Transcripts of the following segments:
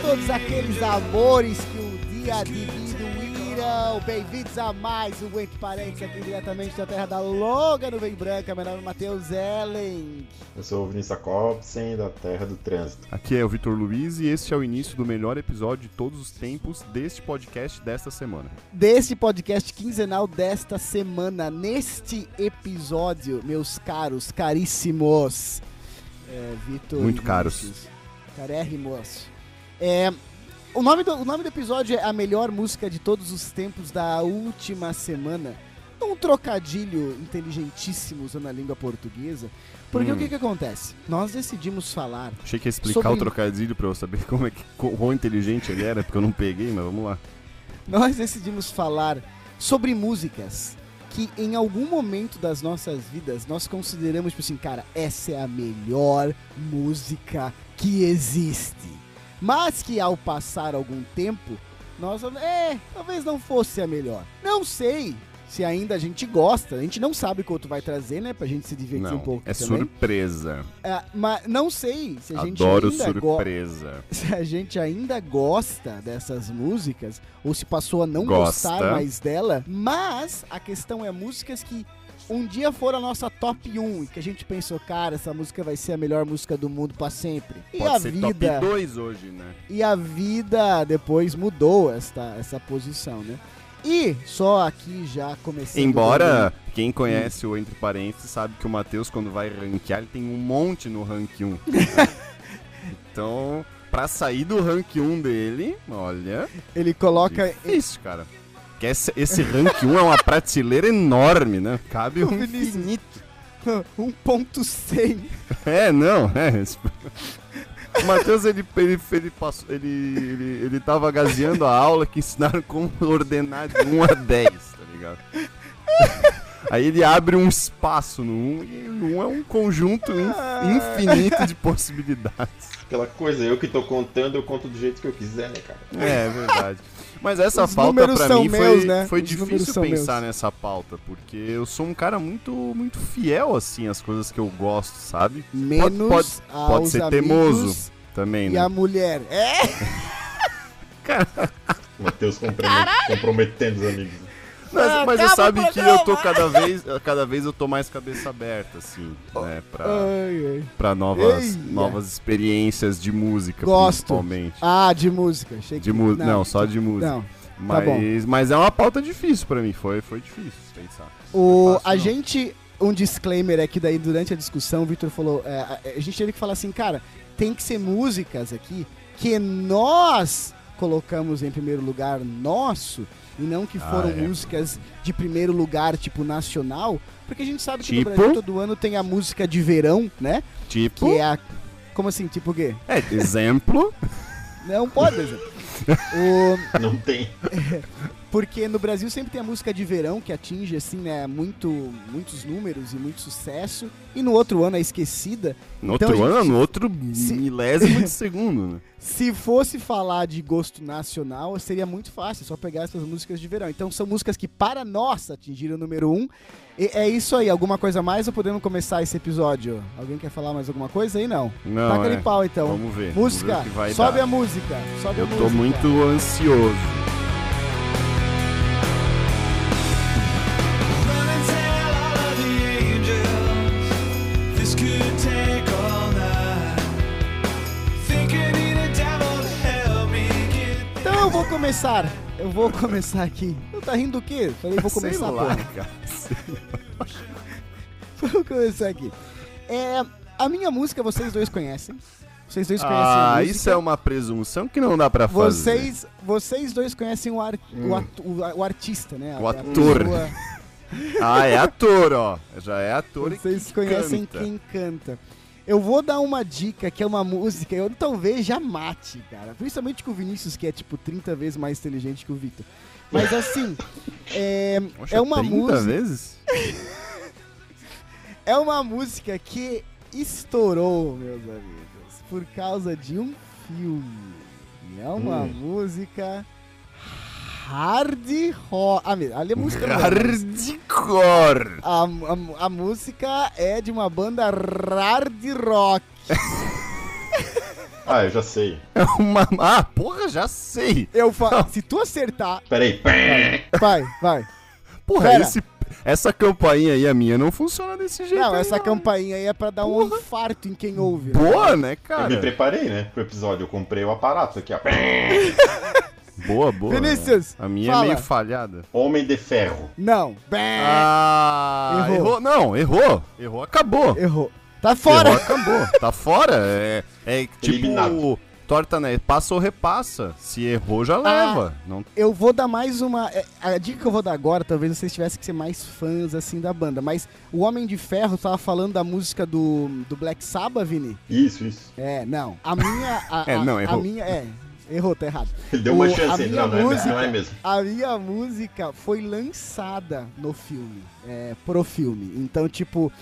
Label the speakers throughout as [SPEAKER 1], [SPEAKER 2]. [SPEAKER 1] todos aqueles amores que um dia diminuíram. Bem-vindos a mais um Entre Parentes aqui diretamente da terra da longa nuvem branca. Meu nome é Matheus Ellen.
[SPEAKER 2] Eu sou o Vinícius Jacobsen, da Terra do Trânsito.
[SPEAKER 3] Aqui é o Vitor Luiz e este é o início do melhor episódio de todos os tempos deste podcast desta semana.
[SPEAKER 1] Deste podcast quinzenal desta semana, neste episódio, meus caros, caríssimos, é, Vitor.
[SPEAKER 3] Muito
[SPEAKER 1] e
[SPEAKER 3] caros.
[SPEAKER 1] Vinícius. Carérrimos. É, o, nome do, o nome do episódio é A Melhor Música de Todos os Tempos da Última Semana. Um trocadilho inteligentíssimo usando a língua portuguesa. Porque
[SPEAKER 3] Hum.
[SPEAKER 1] o que, que acontece? Nós decidimos falar
[SPEAKER 3] Achei que ia explicar
[SPEAKER 1] Sobre-
[SPEAKER 3] o trocadilho pra eu saber como é que co- quão inteligente ele era, porque eu não peguei, mas vamos lá.
[SPEAKER 1] nós decidimos falar sobre músicas que em algum momento das nossas vidas nós consideramos, tipo assim, cara, essa é a melhor música que existe. Mas que ao passar algum tempo, nós vamos, é, talvez não fosse a melhor. Não sei se ainda a gente gosta, a gente não sabe o que o outro vai trazer, né, pra gente se divertir um
[SPEAKER 3] Não,
[SPEAKER 1] pouco
[SPEAKER 3] é
[SPEAKER 1] também.
[SPEAKER 3] surpresa.
[SPEAKER 1] Ah, mas não sei se a gente
[SPEAKER 3] Adoro
[SPEAKER 1] ainda gosta
[SPEAKER 3] surpresa.
[SPEAKER 1] se a gente ainda gosta dessas músicas, ou se passou a não
[SPEAKER 3] Gosta.
[SPEAKER 1] gostar mais dela, mas a questão é músicas que um dia foram a nossa top 1 e que a gente pensou, cara, essa música vai ser a melhor música do mundo pra sempre. E a
[SPEAKER 3] Pode ser
[SPEAKER 1] vida,
[SPEAKER 3] top 2 hoje, né?
[SPEAKER 1] e a vida depois mudou esta, essa posição, né? E só aqui já começando
[SPEAKER 3] Embora quem conhece o Entre Parênteses sabe que o Matheus, quando vai ranquear, ele tem um monte no rank 1. então, pra sair do rank 1 dele, olha,
[SPEAKER 1] ele coloca
[SPEAKER 3] É difícil, cara. Que esse, esse rank 1 é uma prateleira enorme, né? Cabe
[SPEAKER 1] O
[SPEAKER 3] um
[SPEAKER 1] Vinícius-
[SPEAKER 3] infinito.
[SPEAKER 1] um ponto 100
[SPEAKER 3] É, não, é. O Matheus, ele, ele, ele, passou, ele, ele, ele tava gaseando a aula que ensinaram como ordenar de 1 a 10, tá ligado? Aí ele abre um espaço no 1 e o 1 é um conjunto in- infinito de possibilidades.
[SPEAKER 2] Aquela coisa, eu que tô contando, eu conto do jeito que eu quiser, né, cara?
[SPEAKER 3] É, é verdade. Mas essa
[SPEAKER 1] Os
[SPEAKER 3] pauta
[SPEAKER 1] números
[SPEAKER 3] pra
[SPEAKER 1] são
[SPEAKER 3] mim
[SPEAKER 1] meus,
[SPEAKER 3] foi,
[SPEAKER 1] né?
[SPEAKER 3] foi
[SPEAKER 1] Os números
[SPEAKER 3] difícil
[SPEAKER 1] são
[SPEAKER 3] pensar
[SPEAKER 1] meus.
[SPEAKER 3] nessa pauta, porque eu sou um cara muito muito fiel assim às coisas que eu gosto, sabe?
[SPEAKER 1] menos
[SPEAKER 3] pode-
[SPEAKER 1] aos
[SPEAKER 3] pode ser
[SPEAKER 1] amigos
[SPEAKER 3] teimoso Também,
[SPEAKER 1] E
[SPEAKER 3] né?
[SPEAKER 1] a mulher. É,
[SPEAKER 2] O Matheus compromet- comprometendo os amigos.
[SPEAKER 3] Mas, mas você
[SPEAKER 1] Ah, Acaba o
[SPEAKER 3] sabe que
[SPEAKER 1] programa.
[SPEAKER 3] eu tô cada vez, cada vez eu tô mais cabeça aberta, assim, né? Pra,
[SPEAKER 1] ai, ai.
[SPEAKER 3] pra novas,
[SPEAKER 1] Ah, Eia.
[SPEAKER 3] novas experiências de música,
[SPEAKER 1] Gosto.
[SPEAKER 3] principalmente.
[SPEAKER 1] Ah, de música. Achei que-
[SPEAKER 3] De mu não, é só de música.
[SPEAKER 1] Não. tá bom.
[SPEAKER 3] mas, mas é uma pauta difícil pra mim, foi, foi difícil pensar.
[SPEAKER 1] O,
[SPEAKER 3] Não é fácil,
[SPEAKER 1] a
[SPEAKER 3] não.
[SPEAKER 1] gente. Um disclaimer aqui daí durante a discussão, o Victor falou. é, a, a gente teve que falar assim, cara, tem que ser músicas aqui que nós colocamos em primeiro lugar nosso e não que
[SPEAKER 3] Ah,
[SPEAKER 1] foram
[SPEAKER 3] é.
[SPEAKER 1] músicas de primeiro lugar, tipo, nacional. Porque a gente sabe que
[SPEAKER 3] Tipo?
[SPEAKER 1] no Brasil todo ano tem a música de verão, né? Que
[SPEAKER 3] Tipo,
[SPEAKER 1] é a. Como assim? Tipo o quê?
[SPEAKER 3] é, exemplo,
[SPEAKER 1] Não pode, Zé. o,
[SPEAKER 2] Não tem.
[SPEAKER 1] Porque no Brasil sempre tem a música de verão que atinge assim, né, muito, muitos números e muito sucesso, e no outro ano é esquecida.
[SPEAKER 3] no
[SPEAKER 1] Então,
[SPEAKER 3] outro
[SPEAKER 1] gente,
[SPEAKER 3] ano, no outro
[SPEAKER 1] se-
[SPEAKER 3] milésimo de segundo, né?
[SPEAKER 1] Se fosse falar de gosto nacional, seria muito fácil, é só pegar essas músicas de verão. Então são músicas que para nós atingiram o número um. E é isso aí, alguma coisa a mais ou podemos começar esse episódio? Alguém quer falar mais alguma coisa aí não?
[SPEAKER 3] Não,
[SPEAKER 1] Taca
[SPEAKER 3] é.
[SPEAKER 1] de pau então.
[SPEAKER 3] vamos ver. vamos ver
[SPEAKER 1] música,
[SPEAKER 3] o que vai
[SPEAKER 1] sobe
[SPEAKER 3] dar.
[SPEAKER 1] a música, sobe
[SPEAKER 3] Eu
[SPEAKER 1] a
[SPEAKER 3] tô
[SPEAKER 1] música.
[SPEAKER 3] muito ansioso.
[SPEAKER 4] Run and tell all of the angels this could take all night. Think I need a devil to help me get
[SPEAKER 1] Então eu vou começar. Eu vou começar aqui. Não tá rindo do quê? Falei, vou
[SPEAKER 3] Sei
[SPEAKER 1] começar é
[SPEAKER 3] lá,
[SPEAKER 1] pô.
[SPEAKER 3] cara.
[SPEAKER 1] Vamos começar aqui. É, a minha música vocês dois conhecem. Vocês dois conhecem a
[SPEAKER 3] Ah,
[SPEAKER 1] assim, música.
[SPEAKER 3] isso é uma presunção que não dá pra fazer. Hum.
[SPEAKER 1] Vocês, vocês dois conhecem o, ar, o, atu- o- o artista, né?
[SPEAKER 3] O
[SPEAKER 1] A- a
[SPEAKER 3] ator. é
[SPEAKER 1] pessoa-
[SPEAKER 3] Ah, é ator, ó. Já é ator e
[SPEAKER 1] vocês
[SPEAKER 3] que
[SPEAKER 1] conhecem
[SPEAKER 3] canta.
[SPEAKER 1] quem canta. Eu vou dar uma dica que é uma música, eu talvez já mate, cara. Principalmente com o Vinícius, que é tipo 30 vezes mais inteligente que o Victor. Mas assim, é,
[SPEAKER 3] Poxa,
[SPEAKER 1] é uma
[SPEAKER 3] 30
[SPEAKER 1] música.
[SPEAKER 3] vezes?
[SPEAKER 1] É uma música que estourou, meus amigos, por causa de um filme. E é uma
[SPEAKER 3] Hum.
[SPEAKER 1] música hard rock. Ah, me- ali a música não é, mas
[SPEAKER 3] Hardcore!
[SPEAKER 1] a, a- a música é de uma banda hard rock.
[SPEAKER 2] Ah, eu já sei.
[SPEAKER 3] É uma. Ah, porra, já sei!
[SPEAKER 1] Eu fa... Se tu acertar.
[SPEAKER 2] Peraí.
[SPEAKER 1] Vai, vai.
[SPEAKER 3] Porra,
[SPEAKER 1] Pera.
[SPEAKER 3] esse, essa campainha aí, a minha, não funciona desse jeito.
[SPEAKER 1] Não,
[SPEAKER 3] aí,
[SPEAKER 1] essa campainha aí é pra dar um
[SPEAKER 3] Porra.
[SPEAKER 1] infarto em quem ouve. né?
[SPEAKER 3] Boa, né,
[SPEAKER 2] Eu me
[SPEAKER 3] cara?
[SPEAKER 2] preparei, né, pro episódio. Eu comprei o aparato aqui, ó.
[SPEAKER 3] Boa, boa.
[SPEAKER 1] Vinícius,
[SPEAKER 3] A minha
[SPEAKER 1] fala.
[SPEAKER 3] é meio falhada.
[SPEAKER 2] Homem de ferro.
[SPEAKER 1] Não. Bem,
[SPEAKER 3] Ah,
[SPEAKER 1] Errou.
[SPEAKER 3] errou. Não, errou. Errou, acabou.
[SPEAKER 1] Errou. Tá fora.
[SPEAKER 3] Errou, acabou. Tá fora. É, é tipo
[SPEAKER 2] Eliminado.
[SPEAKER 3] torta, né? Passa ou repassa. Se errou,
[SPEAKER 1] Ah,
[SPEAKER 3] já leva. Não...
[SPEAKER 1] Eu vou dar mais uma. é, A dica que eu vou dar agora, talvez vocês tivessem que ser mais fãs assim da banda, mas o Homem de Ferro tava falando da música do, do Black Sabbath, Vini?
[SPEAKER 2] Isso, isso.
[SPEAKER 1] É, não. A minha. A,
[SPEAKER 3] É,
[SPEAKER 1] a-
[SPEAKER 3] não,
[SPEAKER 1] a
[SPEAKER 3] errou.
[SPEAKER 1] minha. É, errou, tá errado.
[SPEAKER 2] Ele deu uma
[SPEAKER 1] O- a
[SPEAKER 2] chance, ele
[SPEAKER 1] minha
[SPEAKER 2] não, não é, mesmo,
[SPEAKER 1] música-
[SPEAKER 2] não é mesmo.
[SPEAKER 1] A minha música foi lançada no filme, é, pro filme. Então, tipo,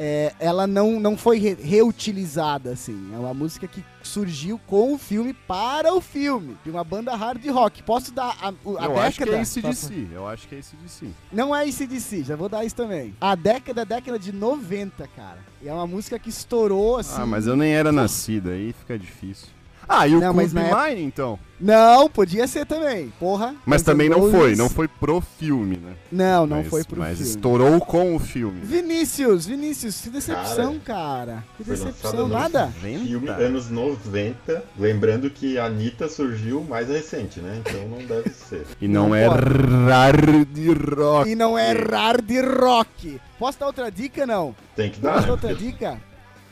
[SPEAKER 1] é, ela não, não foi re- reutilizada, assim. É uma música que surgiu com o filme para o filme, de uma banda hard rock. Posso dar a, o- a
[SPEAKER 3] eu
[SPEAKER 1] década?
[SPEAKER 3] acho que é esse de
[SPEAKER 1] Posso-
[SPEAKER 3] si. Eu acho que é esse de si.
[SPEAKER 1] Não é ACDC, já vou dar isso também. A década, década de 90, cara. E é uma música que estourou, assim.
[SPEAKER 3] Ah, mas eu nem era nascida, aí fica difícil. Ah, e o
[SPEAKER 1] Não, mas na
[SPEAKER 3] Combine, então?
[SPEAKER 1] Não, podia ser também, porra.
[SPEAKER 3] Mas
[SPEAKER 1] Guns
[SPEAKER 3] também
[SPEAKER 1] N'
[SPEAKER 3] não foi,
[SPEAKER 1] Roses.
[SPEAKER 3] não foi pro filme, né?
[SPEAKER 1] Não, não
[SPEAKER 3] Mas-
[SPEAKER 1] foi pro
[SPEAKER 3] Mas
[SPEAKER 1] filme.
[SPEAKER 3] estourou com o filme.
[SPEAKER 1] Vinícius, Vinícius, que decepção, cara. Que
[SPEAKER 2] Foi lançada
[SPEAKER 1] decepção,
[SPEAKER 2] no-
[SPEAKER 1] nada?
[SPEAKER 2] Filme
[SPEAKER 3] Venta.
[SPEAKER 2] anos 90. Lembrando que a Anitta surgiu mais recente, né? Então não deve ser.
[SPEAKER 3] E não,
[SPEAKER 1] Não
[SPEAKER 3] é
[SPEAKER 1] pode.
[SPEAKER 3] hard rock.
[SPEAKER 1] E não é hard rock. Posso dar outra dica, não?
[SPEAKER 2] Tem que dar,
[SPEAKER 1] Posso
[SPEAKER 2] né?
[SPEAKER 1] dar outra
[SPEAKER 2] Porque-
[SPEAKER 1] dica?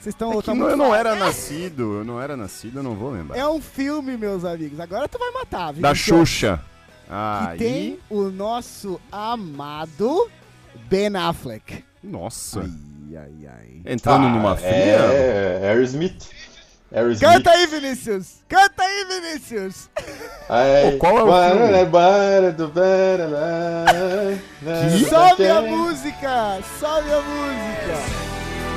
[SPEAKER 1] Vocês estão...
[SPEAKER 3] É que
[SPEAKER 1] tá
[SPEAKER 3] não-
[SPEAKER 1] muito
[SPEAKER 3] eu não
[SPEAKER 1] fácil.
[SPEAKER 3] era nascido, eu não era nascido, eu não vou lembrar.
[SPEAKER 1] É um filme, meus amigos. Agora tu vai matar, viu?
[SPEAKER 3] Da
[SPEAKER 1] Porque-
[SPEAKER 3] Xuxa.
[SPEAKER 1] Que
[SPEAKER 3] Aí.
[SPEAKER 1] tem o nosso amado Ben Affleck.
[SPEAKER 3] Nossa.
[SPEAKER 1] Ai, ai, ai.
[SPEAKER 2] Ah,
[SPEAKER 3] Entrando numa fria.
[SPEAKER 2] É, Aerosmith. Aerosmith.
[SPEAKER 1] Canta aí, Vinícius! Canta aí, Vinícius!
[SPEAKER 2] Ai,
[SPEAKER 3] Pô, qual é o
[SPEAKER 2] para,
[SPEAKER 3] filme?
[SPEAKER 2] né, para, do para, lá, né,
[SPEAKER 3] Que-
[SPEAKER 1] Sobe a
[SPEAKER 2] né.
[SPEAKER 1] música! Sobe a música!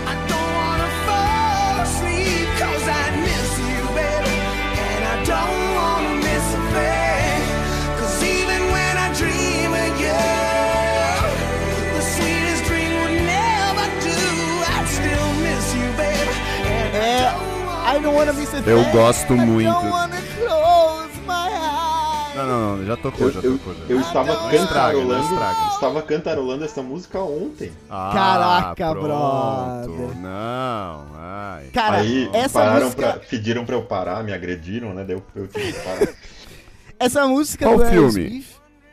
[SPEAKER 4] I don't wanna fall asleep 'cause I miss you, baby. And I don't wanna miss a thing. 'Cause even when I dream of you, the sweetest dream would never do. I'd still miss you, baby. And I
[SPEAKER 1] É.
[SPEAKER 4] don't wanna
[SPEAKER 1] I don't wanna miss a
[SPEAKER 3] Eu
[SPEAKER 1] thing,
[SPEAKER 3] gosto
[SPEAKER 1] I
[SPEAKER 3] muito.
[SPEAKER 1] don't wanna close my eyes.
[SPEAKER 3] Não, não, não, já tocou,
[SPEAKER 2] Eu,
[SPEAKER 3] já
[SPEAKER 2] eu,
[SPEAKER 3] tocou. Já.
[SPEAKER 2] eu estava
[SPEAKER 1] Não
[SPEAKER 3] estraga, não
[SPEAKER 2] cantarolando,
[SPEAKER 3] estraga.
[SPEAKER 2] estava cantarolando essa música ontem.
[SPEAKER 3] Ah,
[SPEAKER 1] Caraca,
[SPEAKER 3] pronto.
[SPEAKER 1] brother.
[SPEAKER 3] Não, ai.
[SPEAKER 1] Cara,
[SPEAKER 2] Aí
[SPEAKER 1] essa
[SPEAKER 2] pararam
[SPEAKER 1] música,
[SPEAKER 2] pra, pediram pra eu parar, me agrediram, né? Daí eu, eu tive que parar.
[SPEAKER 1] essa música
[SPEAKER 3] Qual
[SPEAKER 1] do
[SPEAKER 3] filme?
[SPEAKER 1] Aerosmith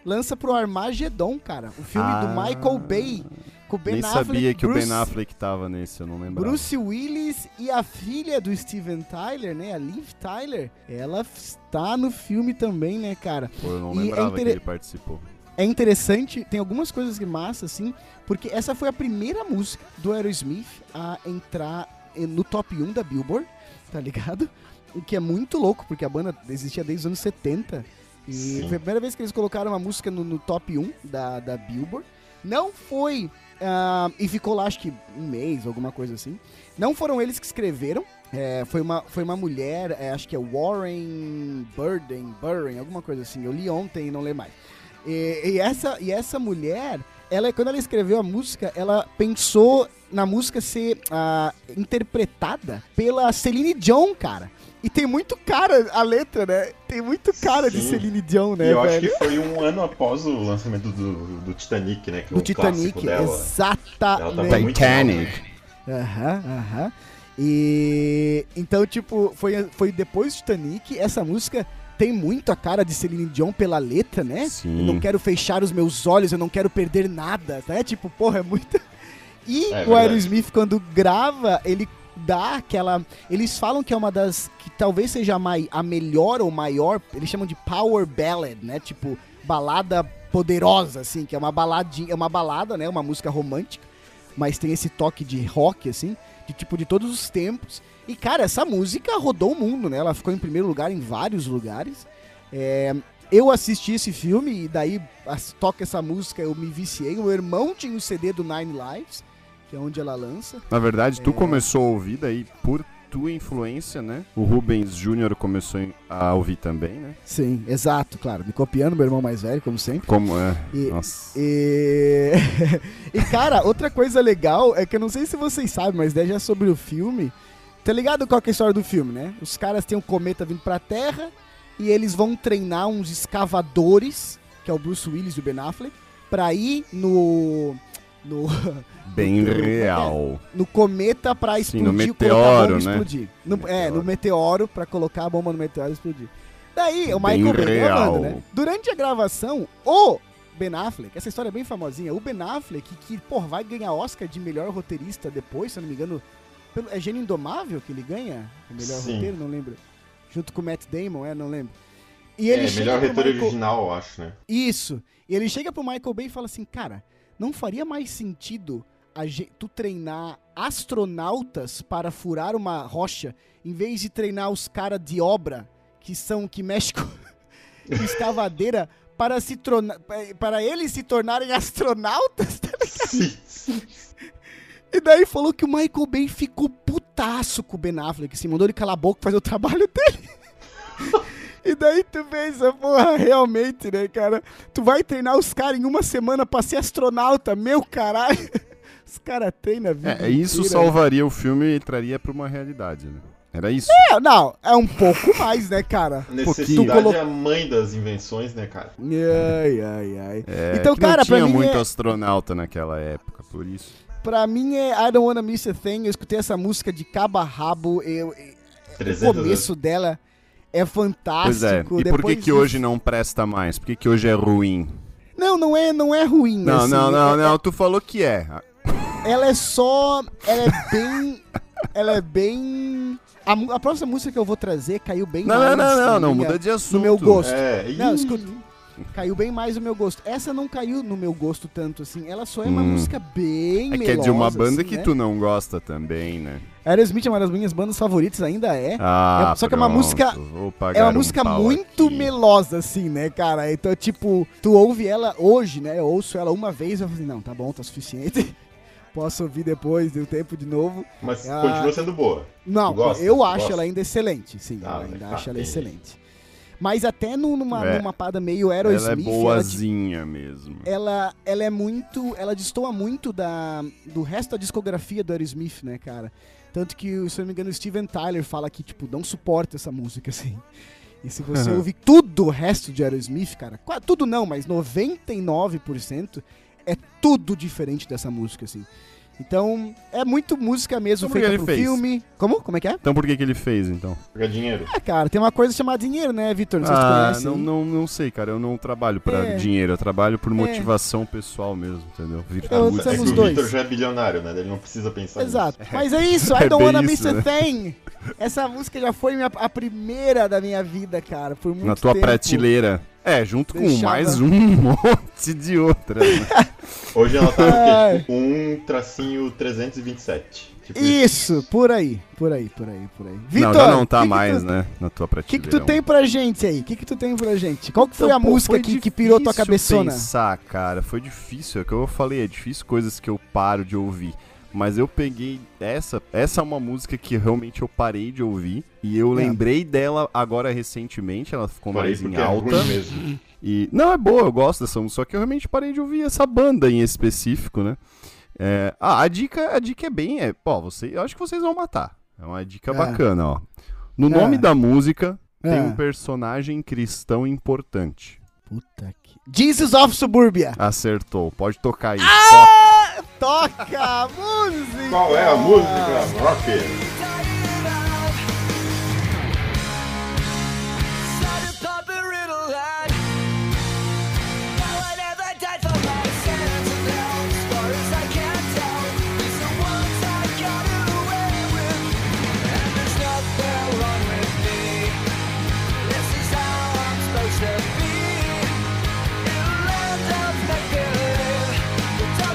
[SPEAKER 1] lança pro Armagedon, cara. O filme do
[SPEAKER 3] Ah.
[SPEAKER 1] Michael Bay com o Ben
[SPEAKER 3] Nem
[SPEAKER 1] Affleck,
[SPEAKER 3] sabia que
[SPEAKER 1] Bruce,
[SPEAKER 3] o Ben Affleck tava nesse, eu não lembrava.
[SPEAKER 1] Bruce Willis e a filha do Steven Tyler, né? A Liv Tyler. Ela está no filme também, né, cara?
[SPEAKER 3] Pô, eu não
[SPEAKER 1] E é
[SPEAKER 3] lembrava
[SPEAKER 1] inter-
[SPEAKER 3] que ele participou.
[SPEAKER 1] É interessante, tem algumas coisas que massa, assim, porque essa foi a primeira música do Aerosmith a entrar eh, no top 1 da Billboard, tá ligado? O que é muito louco, porque a banda existia desde os anos 70. E
[SPEAKER 2] Sim.
[SPEAKER 1] foi a primeira vez que eles colocaram uma música no, no top 1 da, da Billboard. Não foi. ah, e ficou lá, acho que um mês, alguma coisa assim. Não foram eles que escreveram. é, foi, uma, foi uma mulher, é, acho que é Warren Burden, Burren, alguma coisa assim. Eu li ontem e não li mais. E, e essa, e essa mulher, ela, quando ela escreveu a música, ela pensou na música ser ah, interpretada pela Celine Dion, cara. E tem muito cara a letra, né? Tem muito cara de
[SPEAKER 2] Sim.
[SPEAKER 1] Celine Dion,
[SPEAKER 2] e
[SPEAKER 1] né,
[SPEAKER 2] eu acho
[SPEAKER 1] velho?
[SPEAKER 2] que foi um ano após o lançamento do, do Titanic, né? Que é
[SPEAKER 1] Do
[SPEAKER 2] um clássico
[SPEAKER 1] Titanic,
[SPEAKER 2] dela. Ela tava
[SPEAKER 1] exatamente.
[SPEAKER 2] muito
[SPEAKER 3] Titanic.
[SPEAKER 2] mal, né?
[SPEAKER 1] Aham, aham. E então, tipo, foi, foi depois do Titanic, essa música tem muito a cara de Celine Dion pela letra, né?
[SPEAKER 3] Sim.
[SPEAKER 1] Eu não quero fechar os meus olhos, eu não quero perder nada, né? Tipo, porra, é muito. E
[SPEAKER 2] É
[SPEAKER 1] o
[SPEAKER 2] verdade.
[SPEAKER 1] Aerosmith, quando grava, ele dá aquela. Eles falam que é uma das. que talvez seja a, mai- a melhor ou maior. Eles chamam de Power Ballad, né? Tipo, balada poderosa, assim, que é uma baladinha. É uma balada, né? Uma música romântica. Mas tem esse toque de rock, assim, de tipo de todos os tempos. E, cara, essa música rodou o mundo, né? Ela ficou em primeiro lugar em vários lugares. É, eu assisti esse filme e daí as- toca essa música, eu me viciei. O meu irmão tinha o CD do Nine Lives, que é onde ela lança.
[SPEAKER 3] Na verdade,
[SPEAKER 1] É.
[SPEAKER 3] tu começou a ouvir daí por tua influência, né? O Rubens Júnior começou a ouvir também, né?
[SPEAKER 1] Sim, exato, claro. Me copiando, meu irmão mais velho, como sempre.
[SPEAKER 3] Como é?
[SPEAKER 1] E-
[SPEAKER 3] Nossa.
[SPEAKER 1] E... e, cara, outra coisa legal é que eu não sei se vocês sabem, mas daí já sobre o filme, Tá ligado qual que é a história do filme, né? Os caras têm um cometa vindo pra Terra e eles vão treinar uns escavadores, que é o Bruce Willis e o Ben Affleck, pra ir no. no,
[SPEAKER 3] Bem real.
[SPEAKER 1] no cometa pra
[SPEAKER 3] Sim,
[SPEAKER 1] explodir
[SPEAKER 3] no
[SPEAKER 1] colocar a bomba
[SPEAKER 3] meteoro,
[SPEAKER 1] e
[SPEAKER 3] né?
[SPEAKER 1] explodir. No- É, no
[SPEAKER 3] Meteoro.
[SPEAKER 1] meteoro pra colocar a bomba no meteoro e explodir. Daí, o
[SPEAKER 3] Bem
[SPEAKER 1] Michael Bay
[SPEAKER 3] real.
[SPEAKER 1] gravando, né? Durante a gravação, o Ben Affleck, essa história é bem famosinha, o Ben Affleck, que, porra, vai ganhar Oscar de melhor roteirista depois, se eu não me engano, pelo- é Gênio Indomável que ele ganha? O melhor
[SPEAKER 2] Sim.
[SPEAKER 1] roteiro, não lembro. Junto com o Matt Damon, é, não lembro. E ele
[SPEAKER 2] é,
[SPEAKER 1] chega
[SPEAKER 2] melhor
[SPEAKER 1] pro
[SPEAKER 2] retorno
[SPEAKER 1] Michael-
[SPEAKER 2] original, eu acho, né?
[SPEAKER 1] isso. E ele chega pro Michael Bay e fala assim, cara, não faria mais sentido a ge- tu treinar astronautas para furar uma rocha em vez de treinar os caras de obra que são que México escavadeira para se tornar para eles se tornarem astronautas. tá ligado?
[SPEAKER 2] Sim, sim.
[SPEAKER 1] E daí falou que o Michael Bay ficou putaço com o Ben Affleck, assim, mandou ele calar a boca e fazer o trabalho dele. E daí tu pensa, porra, realmente, né, cara? Tu vai treinar os caras em uma semana pra ser astronauta, meu caralho. Os caras treinam a vida
[SPEAKER 3] É, isso
[SPEAKER 1] inteira.
[SPEAKER 3] salvaria o filme e traria pra uma realidade, né? Era isso.
[SPEAKER 1] É, não, é um pouco mais, né, cara? Tu
[SPEAKER 2] Necessidade
[SPEAKER 1] colo-
[SPEAKER 2] é a mãe das invenções, né, cara?
[SPEAKER 1] Ai, ai, ai.
[SPEAKER 3] É,
[SPEAKER 1] então,
[SPEAKER 3] que não
[SPEAKER 1] cara, pra
[SPEAKER 3] tinha
[SPEAKER 1] mim
[SPEAKER 3] muito
[SPEAKER 1] é-
[SPEAKER 3] astronauta naquela época, por isso.
[SPEAKER 1] Pra mim é I Don't Wanna Miss a Thing. Eu escutei essa música de cabo a rabo. Eu, o
[SPEAKER 2] 300
[SPEAKER 1] começo dela é
[SPEAKER 3] Pois
[SPEAKER 1] fantástico.
[SPEAKER 3] é. E por que
[SPEAKER 1] depois
[SPEAKER 3] que
[SPEAKER 1] disso-
[SPEAKER 3] hoje não presta mais? Por que que hoje é ruim?
[SPEAKER 1] Não, não é, não é ruim.
[SPEAKER 3] Não,
[SPEAKER 1] assim,
[SPEAKER 3] não,
[SPEAKER 1] é-
[SPEAKER 3] não, não. Tu falou que é.
[SPEAKER 1] Ela é só. Ela é bem. ela é bem. A, mu- a próxima música que eu vou trazer caiu bem
[SPEAKER 3] Não, não,
[SPEAKER 1] mais.
[SPEAKER 3] não,
[SPEAKER 1] na
[SPEAKER 3] não. Não
[SPEAKER 1] minha-
[SPEAKER 3] muda de assunto.
[SPEAKER 1] meu gosto.
[SPEAKER 2] É, e
[SPEAKER 1] Não, escuta. Caiu bem mais o meu gosto. Essa não caiu no meu gosto tanto assim. Ela só é uma
[SPEAKER 3] Hum.
[SPEAKER 1] música bem
[SPEAKER 3] É que é de uma
[SPEAKER 1] melosa,
[SPEAKER 3] banda
[SPEAKER 1] assim,
[SPEAKER 3] que
[SPEAKER 1] né?
[SPEAKER 3] tu não gosta também, né?
[SPEAKER 1] Aerosmith é uma das minhas bandas favoritas, ainda é.
[SPEAKER 3] Ah,
[SPEAKER 1] É, só que é uma
[SPEAKER 3] pronto,
[SPEAKER 1] música-
[SPEAKER 3] vou
[SPEAKER 1] É
[SPEAKER 3] pagar
[SPEAKER 1] uma
[SPEAKER 3] um
[SPEAKER 1] música
[SPEAKER 3] pau
[SPEAKER 1] muito
[SPEAKER 3] aqui.
[SPEAKER 1] melosa, assim, né, cara? Então, tipo, tu ouve ela hoje, né? Eu ouço ela uma vez, eu falo assim, não, tá bom, tá suficiente. Posso ouvir depois, deu tempo de novo.
[SPEAKER 2] mas
[SPEAKER 1] Ah.
[SPEAKER 2] continua sendo boa.
[SPEAKER 1] Não,
[SPEAKER 2] Gosta,
[SPEAKER 1] eu acho
[SPEAKER 2] gosta.
[SPEAKER 1] ela ainda excelente, sim.
[SPEAKER 2] Ah,
[SPEAKER 1] eu ainda
[SPEAKER 2] tá,
[SPEAKER 1] acho ela
[SPEAKER 2] entendi.
[SPEAKER 1] excelente. Mas até no- numa,
[SPEAKER 3] É.
[SPEAKER 1] numa parada meio
[SPEAKER 3] Ela é
[SPEAKER 1] Aerosmith, ela, di-
[SPEAKER 3] boazinha mesmo.
[SPEAKER 1] ela, ela é muito. Ela destoa muito da, do resto da discografia do Aerosmith, né, cara? Tanto que, se eu não me engano, o Steven Tyler fala que, tipo, não suporta essa música, assim. E se você
[SPEAKER 3] Aham.
[SPEAKER 1] ouvir tudo o resto de Aerosmith, cara, qua- tudo não, mas 99% é tudo diferente dessa música, assim. Então, é muito música mesmo
[SPEAKER 3] Como que
[SPEAKER 1] feita
[SPEAKER 3] ele
[SPEAKER 1] pro
[SPEAKER 3] fez?
[SPEAKER 1] filme. Como? Como é que é?
[SPEAKER 3] Então por que que ele fez, então?
[SPEAKER 2] Pagar dinheiro.
[SPEAKER 1] Ah, cara, tem uma coisa chamada dinheiro, né, Vitor? Não sei se tu
[SPEAKER 3] Ah,
[SPEAKER 1] conhece.
[SPEAKER 3] não,
[SPEAKER 1] hein?
[SPEAKER 3] não, não sei, cara. Eu não trabalho pra
[SPEAKER 1] É.
[SPEAKER 3] dinheiro, eu trabalho por motivação pessoal mesmo, entendeu? Virar
[SPEAKER 1] Eu-
[SPEAKER 3] músico.
[SPEAKER 1] somos
[SPEAKER 2] é que o
[SPEAKER 1] dois.
[SPEAKER 2] Victor já é bilionário, né? Ele não precisa pensar
[SPEAKER 1] Exato. Mas é isso, I
[SPEAKER 3] É
[SPEAKER 1] Don't
[SPEAKER 3] bem
[SPEAKER 1] Wanna Miss
[SPEAKER 3] isso,
[SPEAKER 1] a
[SPEAKER 3] né?
[SPEAKER 1] Thing. Essa música já foi minha- a primeira da minha vida, cara, por muito
[SPEAKER 3] Na tua
[SPEAKER 1] tempo.
[SPEAKER 3] prateleira. É, junto com
[SPEAKER 1] Deixava-
[SPEAKER 3] mais um monte de outra. né?
[SPEAKER 2] nisso. Hoje ela tá no
[SPEAKER 1] Ai.
[SPEAKER 2] quê? Tipo, um tracinho 327. Tipo,
[SPEAKER 1] Isso, por aí, por aí, por aí, por aí. Vitor,
[SPEAKER 3] não, já não tá
[SPEAKER 1] que que
[SPEAKER 3] mais,
[SPEAKER 1] tu-
[SPEAKER 3] né? Na tua
[SPEAKER 1] O que,
[SPEAKER 3] prateleira.
[SPEAKER 1] que tu tem pra gente aí? O que, que tu tem pra gente? Qual que foi
[SPEAKER 3] Então,
[SPEAKER 1] a
[SPEAKER 3] pô,
[SPEAKER 1] música
[SPEAKER 3] foi
[SPEAKER 1] que, que pirou tua
[SPEAKER 3] difícil
[SPEAKER 1] cabeçona?
[SPEAKER 3] pensar, cara. Foi difícil. É o que eu falei, é difícil coisas que eu paro de ouvir. Mas eu peguei essa. Essa é uma música que realmente eu parei de ouvir. E eu
[SPEAKER 1] É.
[SPEAKER 3] lembrei dela agora recentemente. Ela ficou
[SPEAKER 2] Parei
[SPEAKER 3] mais em
[SPEAKER 2] porque
[SPEAKER 3] alta.
[SPEAKER 2] é ruim mesmo.
[SPEAKER 3] E não é boa, eu gosto dessa música, só que eu realmente parei de ouvir essa banda em específico, né? É, ah, a dica, a dica é bem, é, pô, você, eu acho que vocês vão matar. É uma dica
[SPEAKER 1] Ah.
[SPEAKER 3] bacana, ó. No
[SPEAKER 1] Ah.
[SPEAKER 3] nome da música tem um
[SPEAKER 1] Ah.
[SPEAKER 3] personagem cristão importante.
[SPEAKER 1] Puta que... Jesus of Suburbia.
[SPEAKER 3] Acertou, pode tocar aí.
[SPEAKER 1] Ah, toca a música!
[SPEAKER 2] Qual é a música? Rock.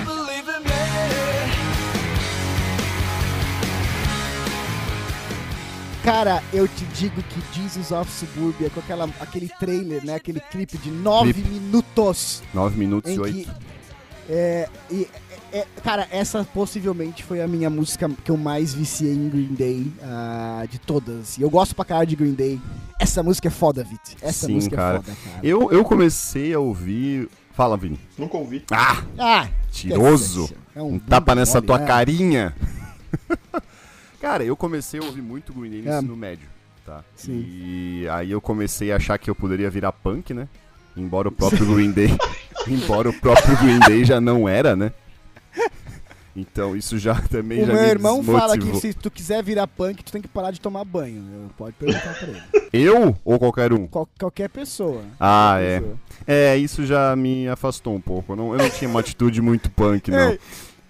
[SPEAKER 4] Believe in me.
[SPEAKER 1] Cara, eu te digo que Jesus of Suburbia, com aquela, aquele trailer, né? Aquele clipe de 9
[SPEAKER 3] Clipe.
[SPEAKER 1] minutos.
[SPEAKER 3] 9 minutos
[SPEAKER 1] Em
[SPEAKER 3] e
[SPEAKER 1] que,
[SPEAKER 3] 8.
[SPEAKER 1] é, e, é, é, cara, essa possivelmente foi a minha música que eu mais viciei em Green Day ah, de todas. E eu gosto pra caralho de Green Day. Essa música é foda, Vit. Essa
[SPEAKER 3] Sim,
[SPEAKER 1] música
[SPEAKER 3] cara.
[SPEAKER 1] é foda, cara.
[SPEAKER 3] Eu, eu comecei a ouvir. Fala, Vini.
[SPEAKER 2] Nunca ouvi.
[SPEAKER 3] Ah,
[SPEAKER 1] Ah,
[SPEAKER 3] tiroso.
[SPEAKER 1] esquece, é
[SPEAKER 3] Um
[SPEAKER 1] bunda
[SPEAKER 3] tapa nessa
[SPEAKER 1] mole,
[SPEAKER 3] tua
[SPEAKER 1] né?
[SPEAKER 3] carinha. Cara, eu comecei a ouvir muito Green Day no
[SPEAKER 1] É.
[SPEAKER 3] ensino médio, tá?
[SPEAKER 1] Sim.
[SPEAKER 3] E aí eu comecei a achar que eu poderia virar punk, né? Embora o próprio Green Day, embora o próprio Green Day já não era, né? Então isso já também
[SPEAKER 1] O
[SPEAKER 3] já
[SPEAKER 1] meu
[SPEAKER 3] me
[SPEAKER 1] irmão fala que
[SPEAKER 3] desmotivou.
[SPEAKER 1] se tu quiser virar punk, tu tem que parar de tomar banho. Eu- Pode perguntar pra ele.
[SPEAKER 3] eu ou qualquer um.
[SPEAKER 1] Qual- qualquer pessoa.
[SPEAKER 3] Ah,
[SPEAKER 1] Qualquer
[SPEAKER 3] é.
[SPEAKER 1] pessoa.
[SPEAKER 3] É, isso já me afastou um pouco. Eu não, eu não tinha uma atitude muito punk, não.
[SPEAKER 1] Ei,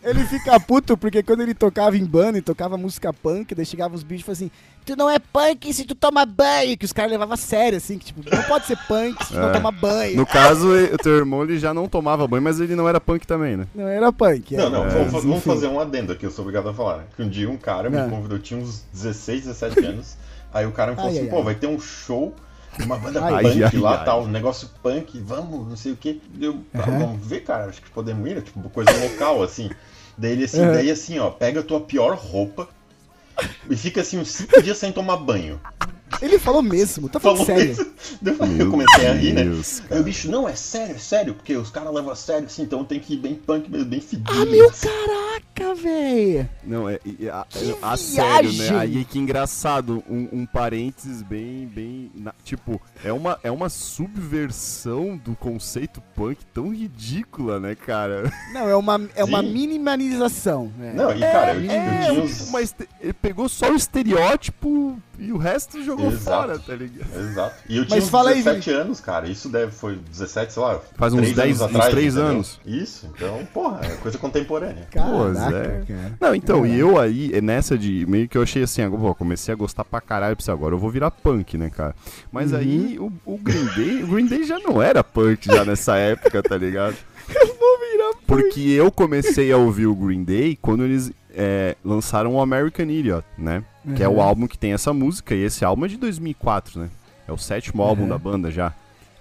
[SPEAKER 1] ele fica puto porque quando ele tocava em banda e tocava música punk, daí chegavam os bichos e falavam assim: Tu não é punk se tu toma banho. Que os caras levavam a sério, assim, que tipo, não pode ser punk se tu não
[SPEAKER 3] É.
[SPEAKER 1] toma banho.
[SPEAKER 3] No caso, e- o teu irmão ele já não tomava banho, mas ele não era punk também, né?
[SPEAKER 1] Não era punk.
[SPEAKER 2] Não,
[SPEAKER 1] era,
[SPEAKER 2] não,
[SPEAKER 1] né? mas,
[SPEAKER 2] vamos, fa- vamos
[SPEAKER 1] enfim.
[SPEAKER 2] fazer um adendo aqui, eu sou obrigado a falar. Que um dia um cara
[SPEAKER 1] Ah.
[SPEAKER 2] me convidou, eu tinha uns 16, 17 anos, aí o cara me falou
[SPEAKER 1] Ai,
[SPEAKER 2] assim,
[SPEAKER 1] ai,
[SPEAKER 2] pô,
[SPEAKER 1] ai.
[SPEAKER 2] vai ter um show, de uma banda
[SPEAKER 1] Ai,
[SPEAKER 2] punk
[SPEAKER 3] ai,
[SPEAKER 2] lá,
[SPEAKER 3] ai.
[SPEAKER 2] tal, um negócio punk, vamos, não sei o que. Eu, ah, vamos ver, cara, acho que podemos ir, tipo, coisa local, assim. Daí ele assim,
[SPEAKER 1] Aham.
[SPEAKER 2] daí assim, ó, pega a tua pior roupa e fica assim uns 5 dias sem tomar banho.
[SPEAKER 1] Ele falou mesmo, tá falando
[SPEAKER 2] um- Falou
[SPEAKER 1] sério.
[SPEAKER 2] isso. Daí eu falei-
[SPEAKER 3] Meu
[SPEAKER 2] eu comecei a rir, né?
[SPEAKER 3] Deus,
[SPEAKER 2] Aí o
[SPEAKER 3] cara.
[SPEAKER 2] bicho, não, é sério, é sério, porque os caras levam a sério, assim, então tem que ir bem punk mesmo, bem fedido.
[SPEAKER 1] Ah, meu
[SPEAKER 2] assim.
[SPEAKER 1] caraca, velho.
[SPEAKER 3] Não, é, e- e- a,
[SPEAKER 1] Que
[SPEAKER 3] a sério,
[SPEAKER 1] viagem!
[SPEAKER 3] né? Aí que engraçado, um, um parênteses bem, bem, na- tipo, é uma, é uma subversão do conceito punk tão ridícula, né, cara?
[SPEAKER 1] Não, é uma, é uma
[SPEAKER 2] Sim.
[SPEAKER 1] minimalização. né?
[SPEAKER 2] Não, e cara, eu,
[SPEAKER 1] é,
[SPEAKER 2] eu tinha uns.
[SPEAKER 3] Mas te- Tipo, ele pegou só o estereótipo e o resto jogou
[SPEAKER 2] Exato.
[SPEAKER 3] fora, tá ligado?
[SPEAKER 2] Exato. E eu tinha
[SPEAKER 1] Mas
[SPEAKER 2] uns
[SPEAKER 1] fala aí,
[SPEAKER 2] 17 anos, cara. Isso deve foi 17, sei lá.
[SPEAKER 3] Faz uns
[SPEAKER 2] três
[SPEAKER 3] 10,
[SPEAKER 2] anos
[SPEAKER 3] uns
[SPEAKER 2] atrás,
[SPEAKER 3] três
[SPEAKER 2] entendeu?
[SPEAKER 3] anos.
[SPEAKER 2] Isso, então, porra, é coisa contemporânea.
[SPEAKER 3] Pois
[SPEAKER 1] Caraca,
[SPEAKER 3] é.
[SPEAKER 1] cara.
[SPEAKER 3] Não, então, e eu aí, é nessa de. Meio que eu achei assim, agora, pô, comecei a gostar pra caralho pra agora, eu vou virar punk, né, cara? Mas aí o, o Green Day. O Green Day já não era punk já nessa época, tá ligado?
[SPEAKER 1] Vou virar um
[SPEAKER 3] Porque eu comecei a ouvir o Green Day quando eles é, lançaram o American Idiot, né? Que é o
[SPEAKER 1] Uhum.
[SPEAKER 3] álbum que tem essa música, e esse álbum é de 2004, né? É o sétimo álbum
[SPEAKER 1] Uhum.
[SPEAKER 3] da banda já.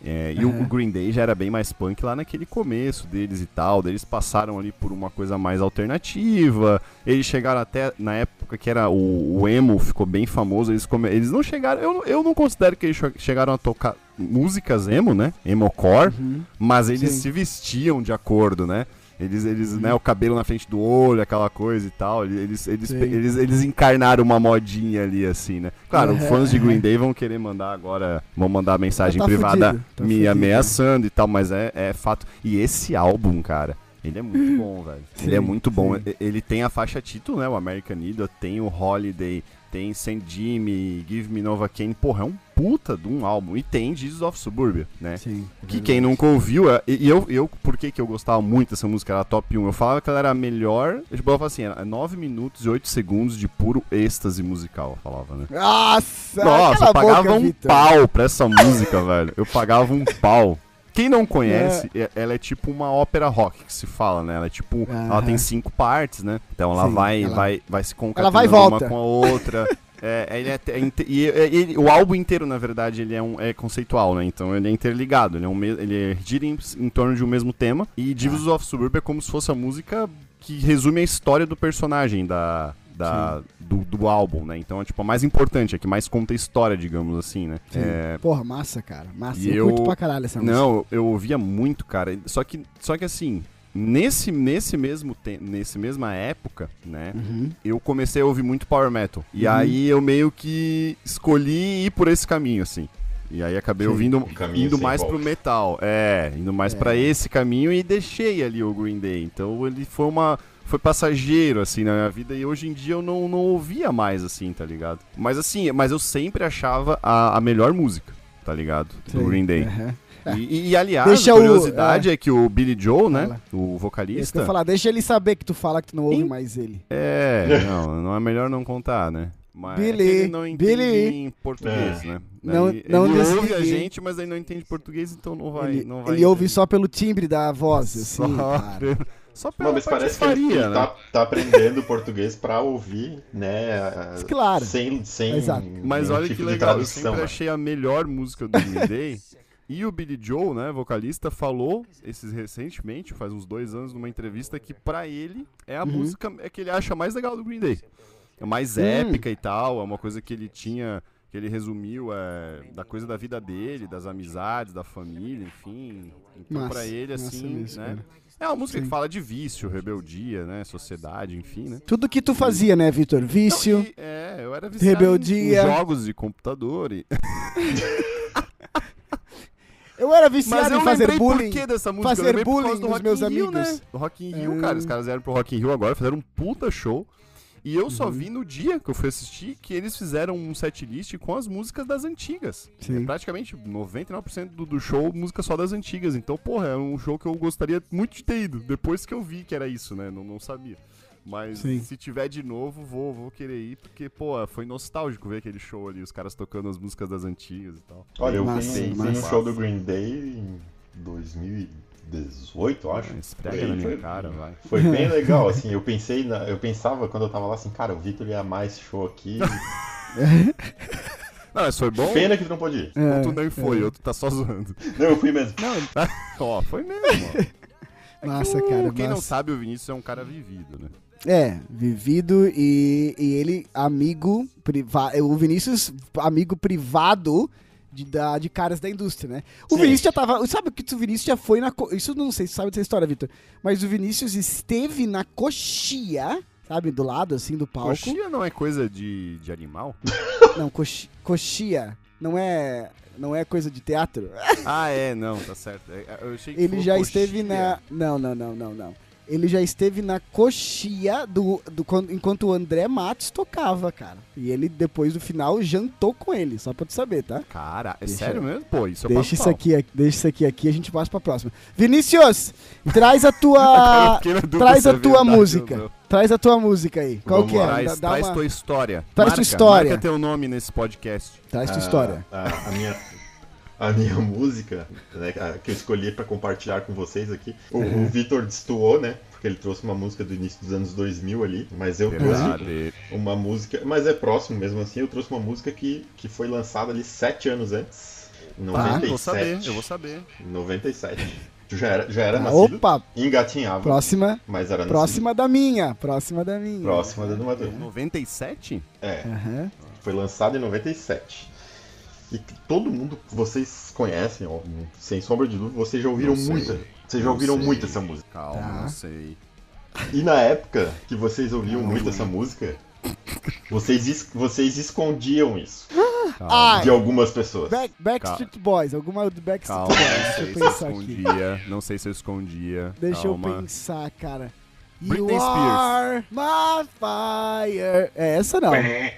[SPEAKER 3] É, E
[SPEAKER 1] Uhum.
[SPEAKER 3] o Green Day já era bem mais punk lá naquele começo deles e tal. Daí eles passaram ali por uma coisa mais alternativa. Eles chegaram até na época que era o, o emo ficou bem famoso. Eles, come- eles não chegaram. Eu, eu não considero que eles cho- chegaram a tocar músicas emo, né? Emocore. Mas eles
[SPEAKER 1] Uhum. Sim. Uhum.
[SPEAKER 3] se vestiam de acordo, né? Eles, eles né, o cabelo na frente do olho, aquela coisa e tal. Eles, eles,
[SPEAKER 1] Sim.
[SPEAKER 3] eles, eles encarnaram uma modinha ali, assim, né? Claro,
[SPEAKER 1] Aham,
[SPEAKER 3] fãs de
[SPEAKER 1] aham.
[SPEAKER 3] Green Day vão querer mandar agora, vão mandar mensagem
[SPEAKER 1] Tá
[SPEAKER 3] privada
[SPEAKER 1] fudido, tá
[SPEAKER 3] me
[SPEAKER 1] fudido,
[SPEAKER 3] ameaçando e tal, mas é, é fato. E esse álbum, cara, ele é muito bom, velho. ele é
[SPEAKER 1] Sim,
[SPEAKER 3] muito bom.
[SPEAKER 1] sim.
[SPEAKER 3] E- Ele tem a faixa título, né? O American Idol, tem o Holiday, tem Send Jimmy, Give Me Nova Kane. Porra, é um puta de um álbum. E tem Jesus of Suburbia, né?
[SPEAKER 1] Sim.
[SPEAKER 3] Que quem nunca ouviu, é- e e eu, eu por que, que eu gostava muito dessa música? Era top 1. Eu falava que ela era a melhor. Eu falava assim, era 9 minutos e 8 segundos de puro êxtase musical, eu falava, né?
[SPEAKER 1] é? Nossa,
[SPEAKER 3] Nossa,
[SPEAKER 1] cala
[SPEAKER 3] eu
[SPEAKER 1] a
[SPEAKER 3] pagava
[SPEAKER 1] boca,
[SPEAKER 3] um
[SPEAKER 1] Vitor.
[SPEAKER 3] pau pra essa música, velho. Eu pagava um pau. Quem não conhece, é- ela é tipo uma ópera rock que se fala, né? Ela é tipo, ela
[SPEAKER 1] Aham.
[SPEAKER 3] tem cinco partes, né? Então ela
[SPEAKER 1] Sim,
[SPEAKER 3] vai,
[SPEAKER 1] ela-
[SPEAKER 3] vai, vai se
[SPEAKER 1] Ela vai e
[SPEAKER 3] concatenando uma
[SPEAKER 1] volta.
[SPEAKER 3] com a outra. É, ele é, te- é inte- e é- ele- o álbum inteiro, na verdade, ele é, um, é conceitual, né? Então ele é interligado, ele, é um me- ele gira em, em torno de um mesmo tema. E Divas of Suburbia é como se fosse a música que resume a história do personagem da, da, do, do álbum, né? Então é tipo a mais importante, a que mais conta a história, digamos assim, né?
[SPEAKER 1] Sim.
[SPEAKER 3] É,
[SPEAKER 1] Porra, massa, cara. Massa.
[SPEAKER 3] E
[SPEAKER 1] Eu, curto
[SPEAKER 3] eu-
[SPEAKER 1] pra caralho essa música.
[SPEAKER 3] não, eu ouvia muito, cara. Só que, só que assim, nesse, nesse mesmo te- nesse mesma época, né?
[SPEAKER 1] Uhum.
[SPEAKER 3] Eu comecei a ouvir muito power metal. E
[SPEAKER 1] Uhum.
[SPEAKER 3] aí eu meio que escolhi ir por esse caminho, assim. E aí acabei ouvindo
[SPEAKER 2] Um caminho
[SPEAKER 3] indo
[SPEAKER 2] sem
[SPEAKER 3] mais
[SPEAKER 2] volta.
[SPEAKER 3] pro metal. É, indo mais pra esse caminho e deixei ali o Green Day. Então ele foi uma foi passageiro assim na minha vida e hoje em dia eu não, não ouvia mais assim, tá ligado? Mas assim, mas eu sempre achava a, a melhor música, tá ligado? Do
[SPEAKER 1] Sim. É.
[SPEAKER 3] Green Day.
[SPEAKER 1] Aham.
[SPEAKER 3] E, e, aliás,
[SPEAKER 1] Deixa
[SPEAKER 3] a
[SPEAKER 1] o-
[SPEAKER 3] curiosidade é. que o Billy Joe, né?
[SPEAKER 1] Fala.
[SPEAKER 3] O
[SPEAKER 1] É Isso que eu
[SPEAKER 3] vocalista.
[SPEAKER 1] ia falar, deixa ele saber que tu fala que tu não ouve
[SPEAKER 3] Ih.
[SPEAKER 1] mais ele.
[SPEAKER 3] É, não, não é melhor não contar, né? Mas é que
[SPEAKER 1] Billy,
[SPEAKER 3] ele não entende
[SPEAKER 1] Billy.
[SPEAKER 3] em português,
[SPEAKER 2] É.
[SPEAKER 3] né?
[SPEAKER 1] Não-
[SPEAKER 3] ele
[SPEAKER 1] não
[SPEAKER 3] ele
[SPEAKER 1] decidi.
[SPEAKER 3] ouve a gente, mas aí não entende português, então não vai.
[SPEAKER 1] ele
[SPEAKER 3] não vai
[SPEAKER 1] ele ouve
[SPEAKER 3] entender.
[SPEAKER 1] só pelo timbre da voz, assim. cara.
[SPEAKER 3] só pela
[SPEAKER 2] Não, mas parece que ele
[SPEAKER 3] patifaria, né?
[SPEAKER 2] tá, tá aprendendo português pra ouvir, né? a-
[SPEAKER 1] Claro.
[SPEAKER 2] Sem, sem
[SPEAKER 1] Exato.
[SPEAKER 3] Mas
[SPEAKER 2] nenhum
[SPEAKER 3] olha
[SPEAKER 2] tipo
[SPEAKER 3] que
[SPEAKER 2] de
[SPEAKER 3] legal, eu
[SPEAKER 2] tradução,
[SPEAKER 3] sempre
[SPEAKER 2] né?
[SPEAKER 3] achei a melhor música do Green Day. E o Billy Joe, né, vocalista, falou esses recentemente, faz uns dois anos, numa entrevista, que pra ele é
[SPEAKER 2] Uhum.
[SPEAKER 3] a música é que ele acha mais legal do Green Day. É mais épica e tal, é uma coisa que ele tinha que ele resumiu é, da coisa da vida dele, das amizades, da família, enfim. Então,
[SPEAKER 1] Massa,
[SPEAKER 3] pra ele,
[SPEAKER 1] massa
[SPEAKER 3] assim,
[SPEAKER 1] mesmo,
[SPEAKER 3] né?
[SPEAKER 1] cara.
[SPEAKER 3] É uma música que fala de vício, rebeldia, né? Sociedade, enfim, né?
[SPEAKER 1] Tudo que tu fazia, né, Vitor? Vício.
[SPEAKER 3] Não, e- é, eu era viciado
[SPEAKER 1] Rebeldia.
[SPEAKER 3] em jogos de computador. E...
[SPEAKER 1] Eu era
[SPEAKER 3] Mas
[SPEAKER 1] viciado
[SPEAKER 3] eu
[SPEAKER 1] em fazer
[SPEAKER 3] lembrei
[SPEAKER 1] bullying.
[SPEAKER 3] por que dessa música.
[SPEAKER 1] fazer
[SPEAKER 3] eu lembrei por
[SPEAKER 1] bullying
[SPEAKER 3] causa do
[SPEAKER 1] dos
[SPEAKER 3] Rock
[SPEAKER 1] meus
[SPEAKER 3] in Rio,
[SPEAKER 1] amigos. É.
[SPEAKER 3] Né? Do Rock in Rio, cara. Os caras vieram pro Rock in Rio agora, fizeram um puta show. E eu
[SPEAKER 1] Uhum.
[SPEAKER 3] só vi no dia que eu fui assistir que eles fizeram um setlist com as músicas das antigas.
[SPEAKER 1] Sim.
[SPEAKER 3] É praticamente 99% do, do show, música só das antigas. Então, porra, é um show que eu gostaria muito de ter ido. Depois que eu vi que era isso, né? Não, não sabia. Mas
[SPEAKER 1] Sim.
[SPEAKER 3] se tiver de novo, vou, vou querer ir, porque, pô, foi nostálgico ver aquele show ali, os caras tocando as músicas das antigas e tal.
[SPEAKER 2] Olha, eu
[SPEAKER 1] Massa,
[SPEAKER 2] fui, fui
[SPEAKER 1] massa.
[SPEAKER 2] no show do Green Day em 2018, eu acho.
[SPEAKER 3] Ah,
[SPEAKER 2] Por
[SPEAKER 3] Esfrega
[SPEAKER 2] aí,
[SPEAKER 3] na minha
[SPEAKER 2] foi-
[SPEAKER 3] cara, vai.
[SPEAKER 2] Foi bem legal, assim, eu pensei, na- eu pensava quando eu tava lá assim, cara, o Vitor ia amar esse show aqui.
[SPEAKER 3] Não, mas foi bom?
[SPEAKER 2] Pena que tu não pôde ir.
[SPEAKER 1] É,
[SPEAKER 3] Outro nem foi, outro tá só zoando.
[SPEAKER 2] Não, eu fui mesmo.
[SPEAKER 3] ó, foi mesmo, ó.
[SPEAKER 1] Massa,
[SPEAKER 3] Uh,
[SPEAKER 1] cara.
[SPEAKER 3] Quem não
[SPEAKER 1] massa.
[SPEAKER 3] sabe, o Vinícius é um cara vivido, né?
[SPEAKER 1] É, vivido e, e ele, amigo privado. O Vinícius, amigo privado de, da, de caras da indústria, né? O
[SPEAKER 2] Sim.
[SPEAKER 1] Vinícius já tava. Sabe que o Vinícius já foi na. co- Isso eu não sei se sabe dessa história, Vitor. Mas o Vinícius esteve na coxia, sabe? Do lado, assim, do palco.
[SPEAKER 3] Coxinha não é coisa de, de animal?
[SPEAKER 1] Não, coxi, coxia. Não é. Não é coisa de teatro.
[SPEAKER 3] ah, é, não, tá certo. É, Eu achei que
[SPEAKER 1] Ele
[SPEAKER 3] falou
[SPEAKER 1] já
[SPEAKER 3] coxinha.
[SPEAKER 1] esteve na. Não, não, não, não, não. Ele já esteve na coxia do, do, quando- enquanto o André Matos tocava, cara. E ele, depois do final, jantou com ele, só pra tu saber, tá?
[SPEAKER 3] Cara, é
[SPEAKER 1] Deixa-
[SPEAKER 3] sério mesmo? Pô, isso eu
[SPEAKER 1] Deixa isso,
[SPEAKER 3] passo Então pau.
[SPEAKER 1] aqui, aqui- deixa isso aqui, aqui, a gente passa pra próxima. Vinícius, traz a
[SPEAKER 3] Cara, eu
[SPEAKER 1] tua.
[SPEAKER 3] fiquei na dúvida
[SPEAKER 1] traz
[SPEAKER 3] se é
[SPEAKER 1] a tua
[SPEAKER 3] verdade ou
[SPEAKER 1] música.
[SPEAKER 3] não.
[SPEAKER 1] Traz a tua música aí. Qual
[SPEAKER 2] Vamos
[SPEAKER 1] que é?
[SPEAKER 2] lá.
[SPEAKER 3] Traz,
[SPEAKER 1] Dá- dá
[SPEAKER 3] traz
[SPEAKER 1] uma-
[SPEAKER 3] tua história.
[SPEAKER 1] Traz tua
[SPEAKER 3] marca,
[SPEAKER 1] história.
[SPEAKER 3] Marca teu nome nesse podcast.
[SPEAKER 1] traz tua
[SPEAKER 2] A-
[SPEAKER 1] história.
[SPEAKER 2] A, a minha, a minha música, né, a- que eu escolhi pra compartilhar com vocês aqui, o, o Vitor destoou, né? Porque ele trouxe uma música do início dos anos 2000 ali, mas eu trouxe
[SPEAKER 3] Verdade.
[SPEAKER 2] uma música, mas é próximo mesmo assim, eu trouxe uma música que, que foi lançada ali sete anos antes, em
[SPEAKER 1] Ah,
[SPEAKER 3] eu vou saber,
[SPEAKER 2] 97.
[SPEAKER 3] eu vou saber.
[SPEAKER 2] 97. Tu já era, já era
[SPEAKER 3] tá
[SPEAKER 1] Ah,
[SPEAKER 2] nascido,
[SPEAKER 1] opa,
[SPEAKER 2] engatinhava,
[SPEAKER 1] próxima,
[SPEAKER 2] mas era nascido.
[SPEAKER 1] próxima da minha, próxima da minha.
[SPEAKER 2] Próxima da uma
[SPEAKER 3] 97?
[SPEAKER 2] É,
[SPEAKER 1] Aham.
[SPEAKER 2] Foi lançado em 97. E que todo mundo, vocês conhecem, ó, sem sombra de dúvida, vocês já ouviram
[SPEAKER 3] Não sei.
[SPEAKER 2] muito. Vocês já
[SPEAKER 3] Não
[SPEAKER 2] ouviram
[SPEAKER 3] sei.
[SPEAKER 2] muito essa música.
[SPEAKER 3] Calma,
[SPEAKER 1] Tá.
[SPEAKER 3] não sei.
[SPEAKER 2] E na época que vocês ouviam muito essa música, vocês, es- vocês escondiam isso
[SPEAKER 3] Calma,
[SPEAKER 1] Ai.
[SPEAKER 2] de algumas pessoas.
[SPEAKER 1] Ah, Back- Backstreet Boys, alguma do Backstreet
[SPEAKER 3] calma,
[SPEAKER 1] Boys.
[SPEAKER 3] não
[SPEAKER 1] Deixa eu
[SPEAKER 3] sei se eu
[SPEAKER 1] pensar aqui.
[SPEAKER 3] escondia. Não sei se eu escondia.
[SPEAKER 1] Deixa
[SPEAKER 3] calma.
[SPEAKER 1] eu pensar, cara.
[SPEAKER 3] Britney
[SPEAKER 1] you
[SPEAKER 3] Spears.
[SPEAKER 1] are my fire. É essa não.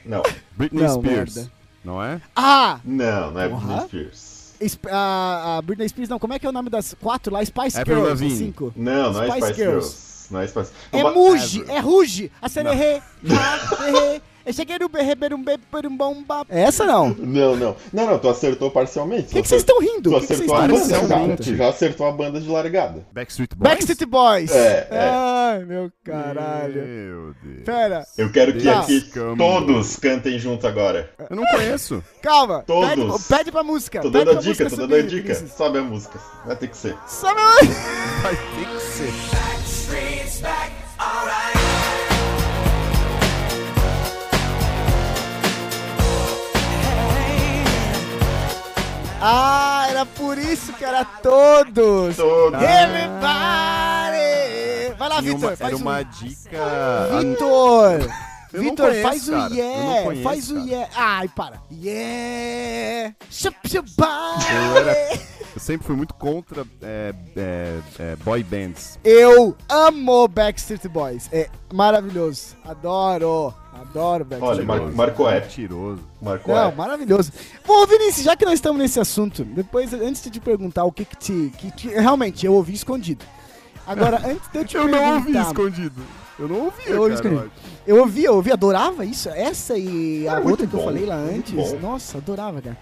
[SPEAKER 2] Não,
[SPEAKER 3] Britney
[SPEAKER 1] Não, é
[SPEAKER 3] Spears.
[SPEAKER 1] merda.
[SPEAKER 3] Não é?
[SPEAKER 1] Ah!
[SPEAKER 2] não, não é
[SPEAKER 1] Porra.
[SPEAKER 2] Britney Spears.
[SPEAKER 1] Sp- a, a Britney Spears, não. Como é que é o nome das quatro lá? Spice
[SPEAKER 3] Avril
[SPEAKER 1] Girls,
[SPEAKER 3] Lavigne.
[SPEAKER 1] as cinco.
[SPEAKER 2] Não, não é
[SPEAKER 1] Spice
[SPEAKER 2] Spice
[SPEAKER 1] Girls.
[SPEAKER 2] Girls. Não é Spice
[SPEAKER 1] É
[SPEAKER 2] Uma-
[SPEAKER 1] Muji, é Ruge. Acelerê, acelerê. Eu cheguei no berrê, berum, be- berum, bom, ba- É essa não. O
[SPEAKER 2] Não, não. Não, não, tu acertou parcialmente.
[SPEAKER 1] que que vocês estão rindo?
[SPEAKER 2] Tu
[SPEAKER 1] O que que vocês
[SPEAKER 2] acertou
[SPEAKER 1] estão
[SPEAKER 2] a
[SPEAKER 3] tão
[SPEAKER 2] banda, um cara.
[SPEAKER 3] parcialmente?
[SPEAKER 1] rindo?
[SPEAKER 2] Tu já acertou a banda de largada.
[SPEAKER 3] Backstreet Boys?
[SPEAKER 1] Backstreet Boys.
[SPEAKER 2] É, é.
[SPEAKER 1] Ai, meu caralho.
[SPEAKER 3] Meu Deus.
[SPEAKER 1] Pera,
[SPEAKER 2] Eu quero que
[SPEAKER 1] Tá.
[SPEAKER 2] aqui
[SPEAKER 3] Escândalo.
[SPEAKER 2] todos cantem junto agora.
[SPEAKER 3] Eu não conheço.
[SPEAKER 1] calma.
[SPEAKER 2] Todos.
[SPEAKER 1] Pede, pede pra música.
[SPEAKER 2] Tô
[SPEAKER 1] É, pede
[SPEAKER 2] dando a
[SPEAKER 1] pra
[SPEAKER 2] dica,
[SPEAKER 1] música
[SPEAKER 2] tô dando a
[SPEAKER 1] subir, Tá.
[SPEAKER 2] dica.
[SPEAKER 1] Vinícius. um
[SPEAKER 2] Sobe a música. Vai ter que ser.
[SPEAKER 1] Sobe a música.
[SPEAKER 3] Vai ter que ser.
[SPEAKER 4] Backstreet's back, alright.
[SPEAKER 1] Ah, era por isso que era todos.
[SPEAKER 2] Todos.
[SPEAKER 1] Everybody. Vai lá,
[SPEAKER 3] Tinha uma-
[SPEAKER 1] Vitor. Faz
[SPEAKER 3] Era
[SPEAKER 1] um-
[SPEAKER 3] uma dica.
[SPEAKER 1] Vitor.
[SPEAKER 3] Eu não
[SPEAKER 1] Vitor,
[SPEAKER 3] conheço,
[SPEAKER 1] faz o
[SPEAKER 3] cara. Eu não
[SPEAKER 1] yeah.
[SPEAKER 3] conheço,
[SPEAKER 1] faz o
[SPEAKER 3] cara.
[SPEAKER 1] yeah. Ai, para. Yeah. Chup, chupa.
[SPEAKER 3] Eu, era- eu sempre fui muito contra é, é, é, boy bands.
[SPEAKER 1] Eu amo Backstreet Boys. É maravilhoso. Adoro. Adoro Backstreet
[SPEAKER 2] Olha,
[SPEAKER 1] Boys.
[SPEAKER 2] mar- marcou a época.
[SPEAKER 3] Mentiroso.
[SPEAKER 2] Marcou a
[SPEAKER 1] Não,
[SPEAKER 2] época.
[SPEAKER 1] maravilhoso. Pô, Vinícius, já que nós estamos nesse assunto, depois, antes de te perguntar o que que te... que te- realmente, eu ouvi escondido. Agora, antes de eu te
[SPEAKER 3] Eu não ouvi
[SPEAKER 1] perguntar...
[SPEAKER 3] escondido. Eu não ouvi,
[SPEAKER 1] Eu ouvi
[SPEAKER 3] cara,
[SPEAKER 1] escondido.
[SPEAKER 3] eu acho.
[SPEAKER 1] Eu ouvi, eu ouvi, adorava isso. Essa e a
[SPEAKER 2] Era É muito
[SPEAKER 1] outra que eu
[SPEAKER 2] bom,
[SPEAKER 1] falei lá
[SPEAKER 2] muito
[SPEAKER 1] antes.
[SPEAKER 2] bom.
[SPEAKER 1] Nossa, adorava, cara.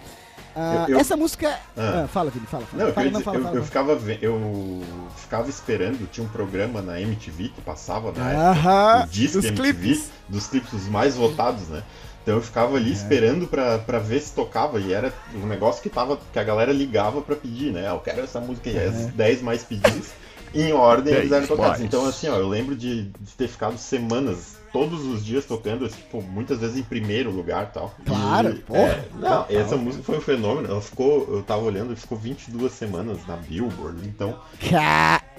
[SPEAKER 1] Ah,
[SPEAKER 2] Eu- eu-
[SPEAKER 1] Essa música...
[SPEAKER 2] Ah.
[SPEAKER 1] Ah, fala, Vini, fala. fala.
[SPEAKER 2] Não, eu,
[SPEAKER 1] fala,
[SPEAKER 2] queria dizer, eu, eu ficava ve- eu ficava esperando, tinha um programa na MTV que passava na
[SPEAKER 1] Ah,
[SPEAKER 2] época,
[SPEAKER 1] Aham,
[SPEAKER 2] o Disque
[SPEAKER 1] dos
[SPEAKER 2] MTV,
[SPEAKER 1] clipes. É.
[SPEAKER 2] dos clipes os mais votados, né? Então eu ficava ali esperando pra, pra ver se tocava, e era
[SPEAKER 1] É.
[SPEAKER 2] um negócio que tava que a galera ligava pra pedir, né? Ah, Eu quero essa música, e as 10 mais pedidas. em ordem
[SPEAKER 3] Dez
[SPEAKER 2] eles eram tocados.
[SPEAKER 3] pais.
[SPEAKER 2] Então, assim, ó, eu lembro de, de ter ficado semanas, todos os dias tocando, tipo, muitas vezes em primeiro lugar e tal.
[SPEAKER 1] Claro,
[SPEAKER 2] e,
[SPEAKER 1] porra,
[SPEAKER 2] é, não,
[SPEAKER 1] total.
[SPEAKER 2] essa música foi um fenômeno. Ela ficou, eu tava olhando, ficou 22 semanas na Billboard. Então,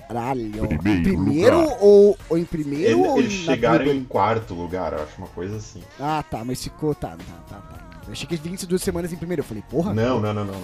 [SPEAKER 1] Caralho.
[SPEAKER 3] Primeiro lugar.
[SPEAKER 1] ou, ou em primeiro
[SPEAKER 2] ele-
[SPEAKER 1] ou
[SPEAKER 2] eles
[SPEAKER 1] na
[SPEAKER 2] chegaram
[SPEAKER 1] primeira?
[SPEAKER 2] em quarto lugar, eu acho, uma coisa assim.
[SPEAKER 1] Ah, tá, mas ficou. Tá, tá, tá. tá. Eu achei que 22 semanas em primeiro. Eu falei, porra.
[SPEAKER 2] Não, não, não, não.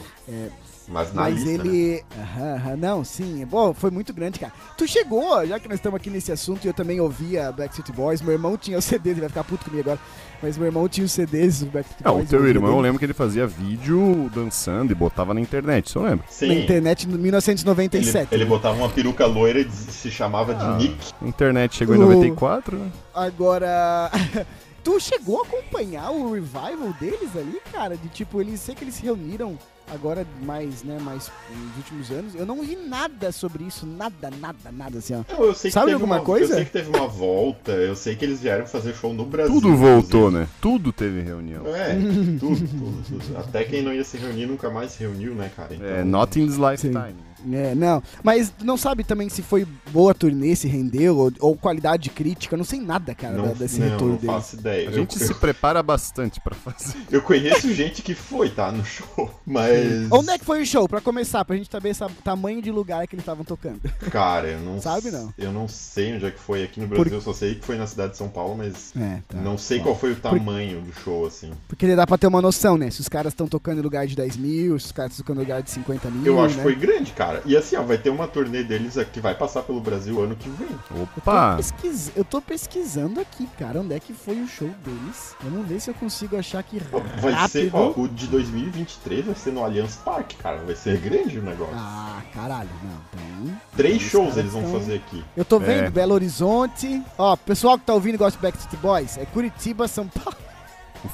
[SPEAKER 2] Mas na
[SPEAKER 1] É, Mas
[SPEAKER 2] lista, né?
[SPEAKER 1] ele. Aham, aham, não, sim. é Bom, foi muito grande, cara. Tu chegou, já que nós estamos aqui nesse assunto, e eu também ouvia Backstreet Boys. Meu irmão tinha os CDs, ele vai ficar puto comigo agora. Mas meu irmão tinha os CDs do Backstreet
[SPEAKER 3] Não,
[SPEAKER 1] Boys.
[SPEAKER 3] É, o teu
[SPEAKER 1] eu
[SPEAKER 3] irmão, eu
[SPEAKER 1] ouvia
[SPEAKER 3] lembro que ele fazia vídeo dançando e botava na internet, isso eu lembro.
[SPEAKER 2] Sim.
[SPEAKER 1] Na internet em
[SPEAKER 2] Ele,
[SPEAKER 1] 1997.
[SPEAKER 2] ele botava uma peruca loira e diz- se chamava de
[SPEAKER 1] Ah.
[SPEAKER 2] Nick.
[SPEAKER 3] A internet chegou em
[SPEAKER 1] O-
[SPEAKER 3] 94, né?
[SPEAKER 1] Agora. tu chegou a acompanhar o revival deles ali, cara? De tipo, eles sei que eles se reuniram agora mais, né? Mais nos últimos anos. Eu não vi nada sobre isso, nada, nada, nada assim, ó.
[SPEAKER 2] Não, eu sei que
[SPEAKER 1] Sabe
[SPEAKER 2] teve
[SPEAKER 1] alguma
[SPEAKER 2] uma-
[SPEAKER 1] coisa?
[SPEAKER 2] Eu sei que teve uma volta, eu sei que eles vieram fazer show no Brasil.
[SPEAKER 3] Tudo voltou,
[SPEAKER 2] inclusive.
[SPEAKER 3] né? Tudo teve reunião.
[SPEAKER 2] É, tudo, tudo, tudo. Até quem não ia se reunir nunca mais se reuniu, né, cara? Então,
[SPEAKER 3] É, not in this lifetime.
[SPEAKER 1] É, não. Mas tu não sabe também se foi boa a turnê, se rendeu, ou, ou qualidade de crítica. Eu não sei nada, cara,
[SPEAKER 2] não,
[SPEAKER 1] da- desse
[SPEAKER 2] não,
[SPEAKER 1] retorno
[SPEAKER 2] não
[SPEAKER 1] deles.
[SPEAKER 2] faço ideia.
[SPEAKER 3] A
[SPEAKER 2] Eu-
[SPEAKER 3] gente
[SPEAKER 2] eu,
[SPEAKER 3] se prepara bastante pra fazer.
[SPEAKER 2] eu conheço gente que foi, tá? No show. Mas.
[SPEAKER 1] Onde é que foi o show? Pra começar, pra gente saber o tamanho de lugar que eles estavam tocando.
[SPEAKER 2] Cara, eu não.
[SPEAKER 1] Sabe, não?
[SPEAKER 2] Eu não sei onde é que foi aqui no
[SPEAKER 1] Por-
[SPEAKER 2] Brasil, eu só sei que foi na cidade de São Paulo, mas.
[SPEAKER 1] É, tá.
[SPEAKER 2] Não sei qual foi o tamanho do show, assim.
[SPEAKER 1] Porque dá pra ter uma noção, né? Se os caras estão tocando em lugar de 10 mil, se os caras estão tocando em lugar de 50 mil,
[SPEAKER 2] Eu acho
[SPEAKER 1] né?
[SPEAKER 2] que foi grande, cara. E assim, ó, vai ter uma turnê deles aqui que vai passar pelo Brasil ano que vem.
[SPEAKER 1] Tô
[SPEAKER 3] Opa!
[SPEAKER 1] pesquis- Eu tô pesquisando aqui, cara, onde é que foi o show deles. Vamos ver se eu consigo achar aqui
[SPEAKER 2] Ó,
[SPEAKER 1] É rápido.
[SPEAKER 2] Vai ser, ó, o de 2023 vai ser no Allianz Parque, cara. Vai ser grande o negócio.
[SPEAKER 1] Ah, caralho, não. Então...
[SPEAKER 2] Três shows
[SPEAKER 1] caras
[SPEAKER 2] eles vão
[SPEAKER 1] tão-
[SPEAKER 2] fazer aqui.
[SPEAKER 1] Eu tô vendo
[SPEAKER 3] É.
[SPEAKER 1] Belo Horizonte. Ó, pessoal que tá ouvindo e gosta de Backstreet Boys, é Curitiba, São Paulo.